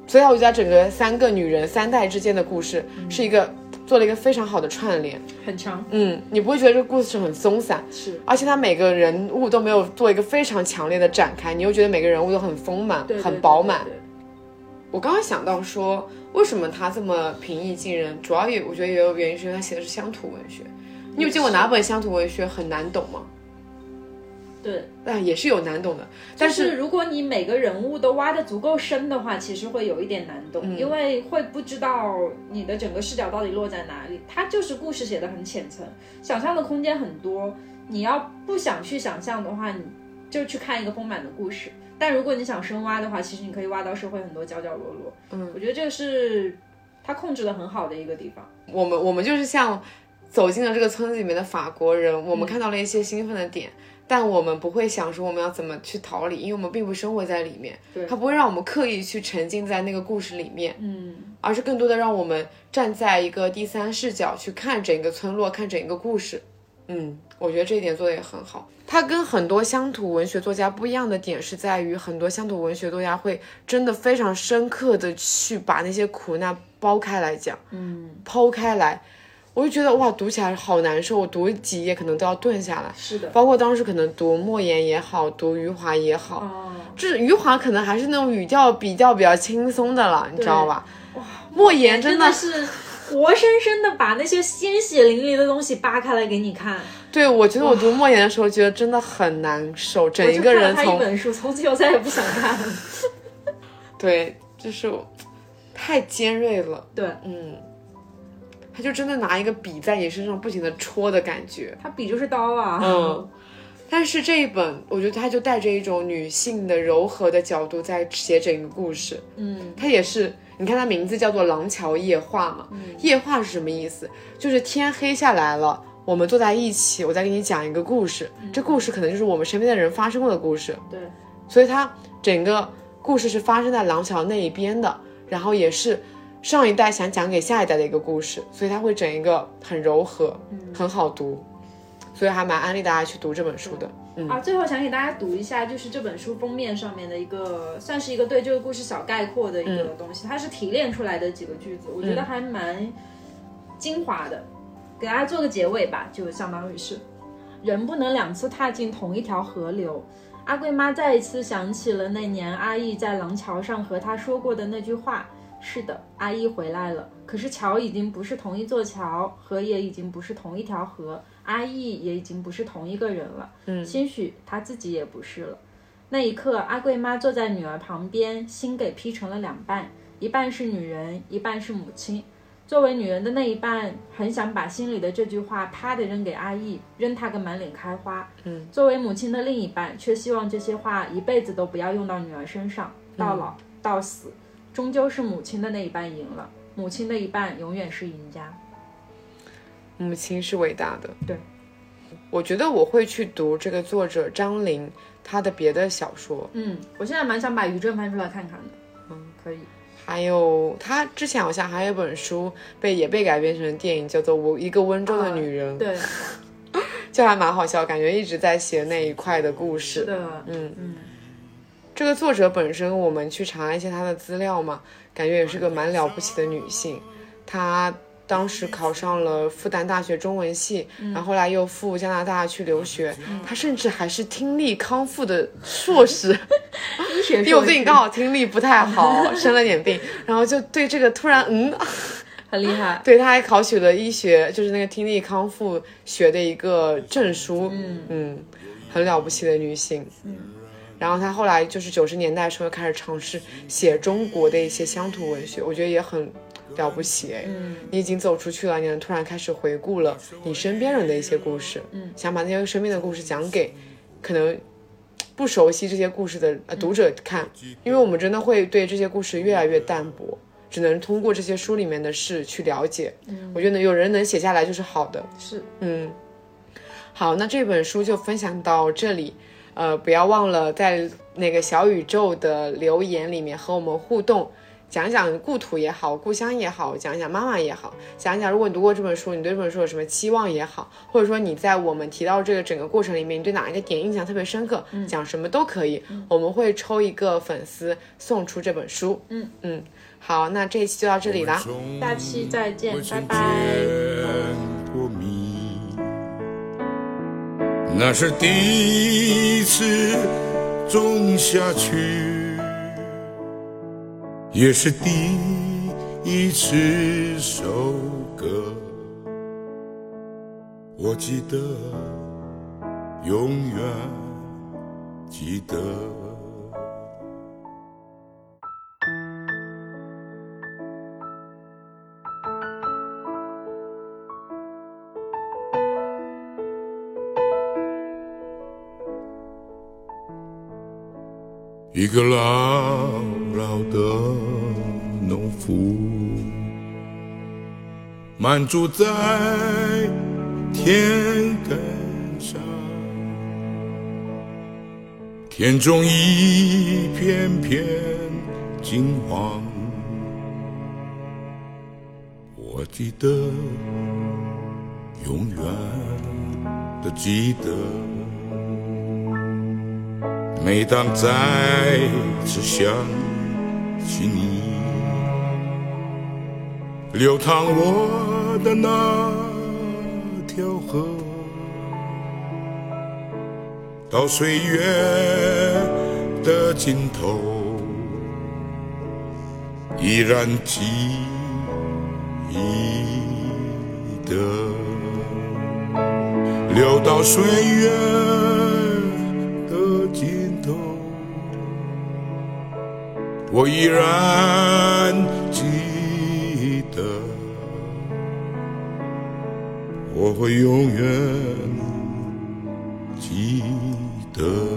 Speaker 1: 所以我觉得整个三个女人三代之间的故事是一个做了一个非常好的串联，
Speaker 2: 很长，
Speaker 1: 嗯，你不会觉得这个故事很松散，
Speaker 2: 是
Speaker 1: 而且他每个人物都没有做一个非常强烈的展开，你又觉得每个人物都很丰满、
Speaker 2: 对对
Speaker 1: 很
Speaker 2: 对
Speaker 1: 饱
Speaker 2: 对
Speaker 1: 满。
Speaker 2: 对
Speaker 1: 我刚刚想到说，为什么他这么平易近人，主要也我觉得也有原因是因为他写的是乡土文学。你有见过哪本乡土文学很难懂吗？
Speaker 2: 对。
Speaker 1: 那、也是有难懂的，但
Speaker 2: 但
Speaker 1: 是
Speaker 2: 是如果你每个人物都挖的足够深的话，其实会有一点难懂，
Speaker 1: 嗯
Speaker 2: 因为会不知道你的整个视角到底落在哪里。它就是故事写的很浅层，想象的空间很多。你要不想去想象的话，你就去看一个丰满的故事。但如果你想深挖的话，其实你可以挖到社会很多角角落落。嗯，我觉得这个是它控制的很好的一个地方。
Speaker 1: 我们我们就是像走进了这个村子里面的法国人，我们看到了一些兴奋的点，但我们不会想说我们要怎么去逃离，因为我们并不生活在里面，它不会让我们刻意去沉浸在那个故事里面，
Speaker 2: 嗯，
Speaker 1: 而是更多的让我们站在一个第三视角去看整个村落，看整个故事。嗯，我觉得这一点做的也很好。它跟很多乡土文学作家不一样的点是在于，很多乡土文学作家会真的非常深刻的去把那些苦难剥开来讲，嗯，剖开来。我就觉得哇，读起来好难受，我读几页可能都要顿下来。
Speaker 2: 是的，
Speaker 1: 包括当时可能读莫言也好，读余华也好，
Speaker 2: 哦，
Speaker 1: 就是余华可能还是那种语调比较比较轻松的了，你知道吧？
Speaker 2: 哇，
Speaker 1: 莫言真
Speaker 2: 真
Speaker 1: 的
Speaker 2: 的是活生生的把那些鲜血淋漓的东西扒开来给你看，
Speaker 1: 对我觉得我读莫言的时候，觉得真的很难受，整
Speaker 2: 我
Speaker 1: 一
Speaker 2: 就
Speaker 1: 个
Speaker 2: 看了
Speaker 1: 人
Speaker 2: 他一
Speaker 1: 从
Speaker 2: 本书，从此以后再也不想看了。
Speaker 1: 对，就是我太尖锐了，
Speaker 2: 对
Speaker 1: 嗯，他就真的拿一个笔在你身上不停的戳的感觉。
Speaker 2: 他笔就是刀啊，
Speaker 1: 嗯，但是这一本，我觉得他就带着一种女性的柔和的角度在写整个故事。
Speaker 2: 嗯，
Speaker 1: 它也是，你看它名字叫做《廊桥夜话》嘛，夜话是什么意思？就是天黑下来了，我们坐在一起，我再给你讲一个故事，这故事可能就是我们身边的人发生过的故事，
Speaker 2: 嗯对，
Speaker 1: 所以它整个故事是发生在廊桥那一边的，然后也是上一代想讲给下一代的一个故事，所以它会整一个很柔和，
Speaker 2: 嗯
Speaker 1: 很好读，所以还蛮安利大家去读这本书的。
Speaker 2: 啊，最后想给大家读一下，就是这本书封面上面的一个，算是一个对这个故事小概括的一个东西，它是提炼出来的几个句子，我觉得还蛮精华的，给大家做个结尾吧，就相当于是，人不能两次踏进同一条河流。阿贵妈再一次想起了那年阿义在廊桥上和她说过的那句话。是的，阿义回来了，可是桥已经不是同一座桥，河也已经不是同一条河，阿义也已经不是同一个人了。兴许他自己也不是了。那一刻，阿贵妈坐在女儿旁边，心给劈成了两半，一半是女人，一半是母亲。作为女人的那一半，很想把心里的这句话啪的扔给阿义，扔他个满脸开花。嗯，作为母亲的另一半，却希望这些话一辈子都不要用到女儿身上，到老、到死，终究是母亲的那一半赢了，母亲的一半永远是赢家。
Speaker 1: 母亲是伟大的。
Speaker 2: 对，
Speaker 1: 我觉得我会去读这个作者张玲她的别的小说，
Speaker 2: 嗯，我现在蛮想把余震翻出来看看的。嗯，可以。
Speaker 1: 还有她之前好像还有一本书被也被改编成电影，叫做《我一个温州
Speaker 2: 啊
Speaker 1: 的女人》，
Speaker 2: 对。
Speaker 1: 就还蛮好笑，感觉一直在写那一块的故事。
Speaker 2: 的，
Speaker 1: 嗯
Speaker 2: 嗯，
Speaker 1: 这个作者本身，我们去查一些她的资料嘛，感觉也是个蛮了不起的女性。她当时考上了复旦大学中文系，然后后来又赴加拿大去留学。她甚至还是听力康复的硕士， *laughs*
Speaker 2: 医学
Speaker 1: 因为我最近刚好听力不太好，生了点病，然后就对这个突然嗯，
Speaker 2: 很厉害，
Speaker 1: 对，她还考取了医学，就是那个听力康复学的一个证书。嗯很了不起的女性。嗯，然后她后来就是九十年代的时候开始尝试写中国的一些乡土文学，我觉得也很了不起哎。嗯，你已经走出去了，你能突然开始回顾了你身边人的一些故事，嗯，想把那些身边的故事讲给可能。不熟悉这些故事的呃读者看，因为我们真的会对这些故事越来越淡薄，只能通过这些书里面的事去了解。我觉得有人能写下来就是好的。
Speaker 2: 是
Speaker 1: 嗯，好，那这本书就分享到这里。呃，不要忘了在那个小宇宙的留言里面和我们互动，讲讲故土也好，故乡也好，讲讲妈妈也好，讲讲如果你读过这本书，你对这本书有什么期望也好，或者说你在我们提到这个整个过程里面，你对哪一个点印象特别深刻，讲什么都可以。我们会抽一个粉丝送出这本书。
Speaker 2: 嗯
Speaker 1: 嗯，好，那这一期就到这里啦。
Speaker 2: 下期再见
Speaker 3: 我，
Speaker 2: 拜
Speaker 3: 曾
Speaker 2: 拜。
Speaker 3: 见过你，那是第一次种下去，也是第一次收割。我记得，永远记得。一个老老的农夫，满足在田埂上，田中一片片金黄。我记得，永远的记得。每当再次想起你，流淌我的脑条河，到岁月的尽头，依然记得。流到岁月的尽头，我依然记得，我会永远记得。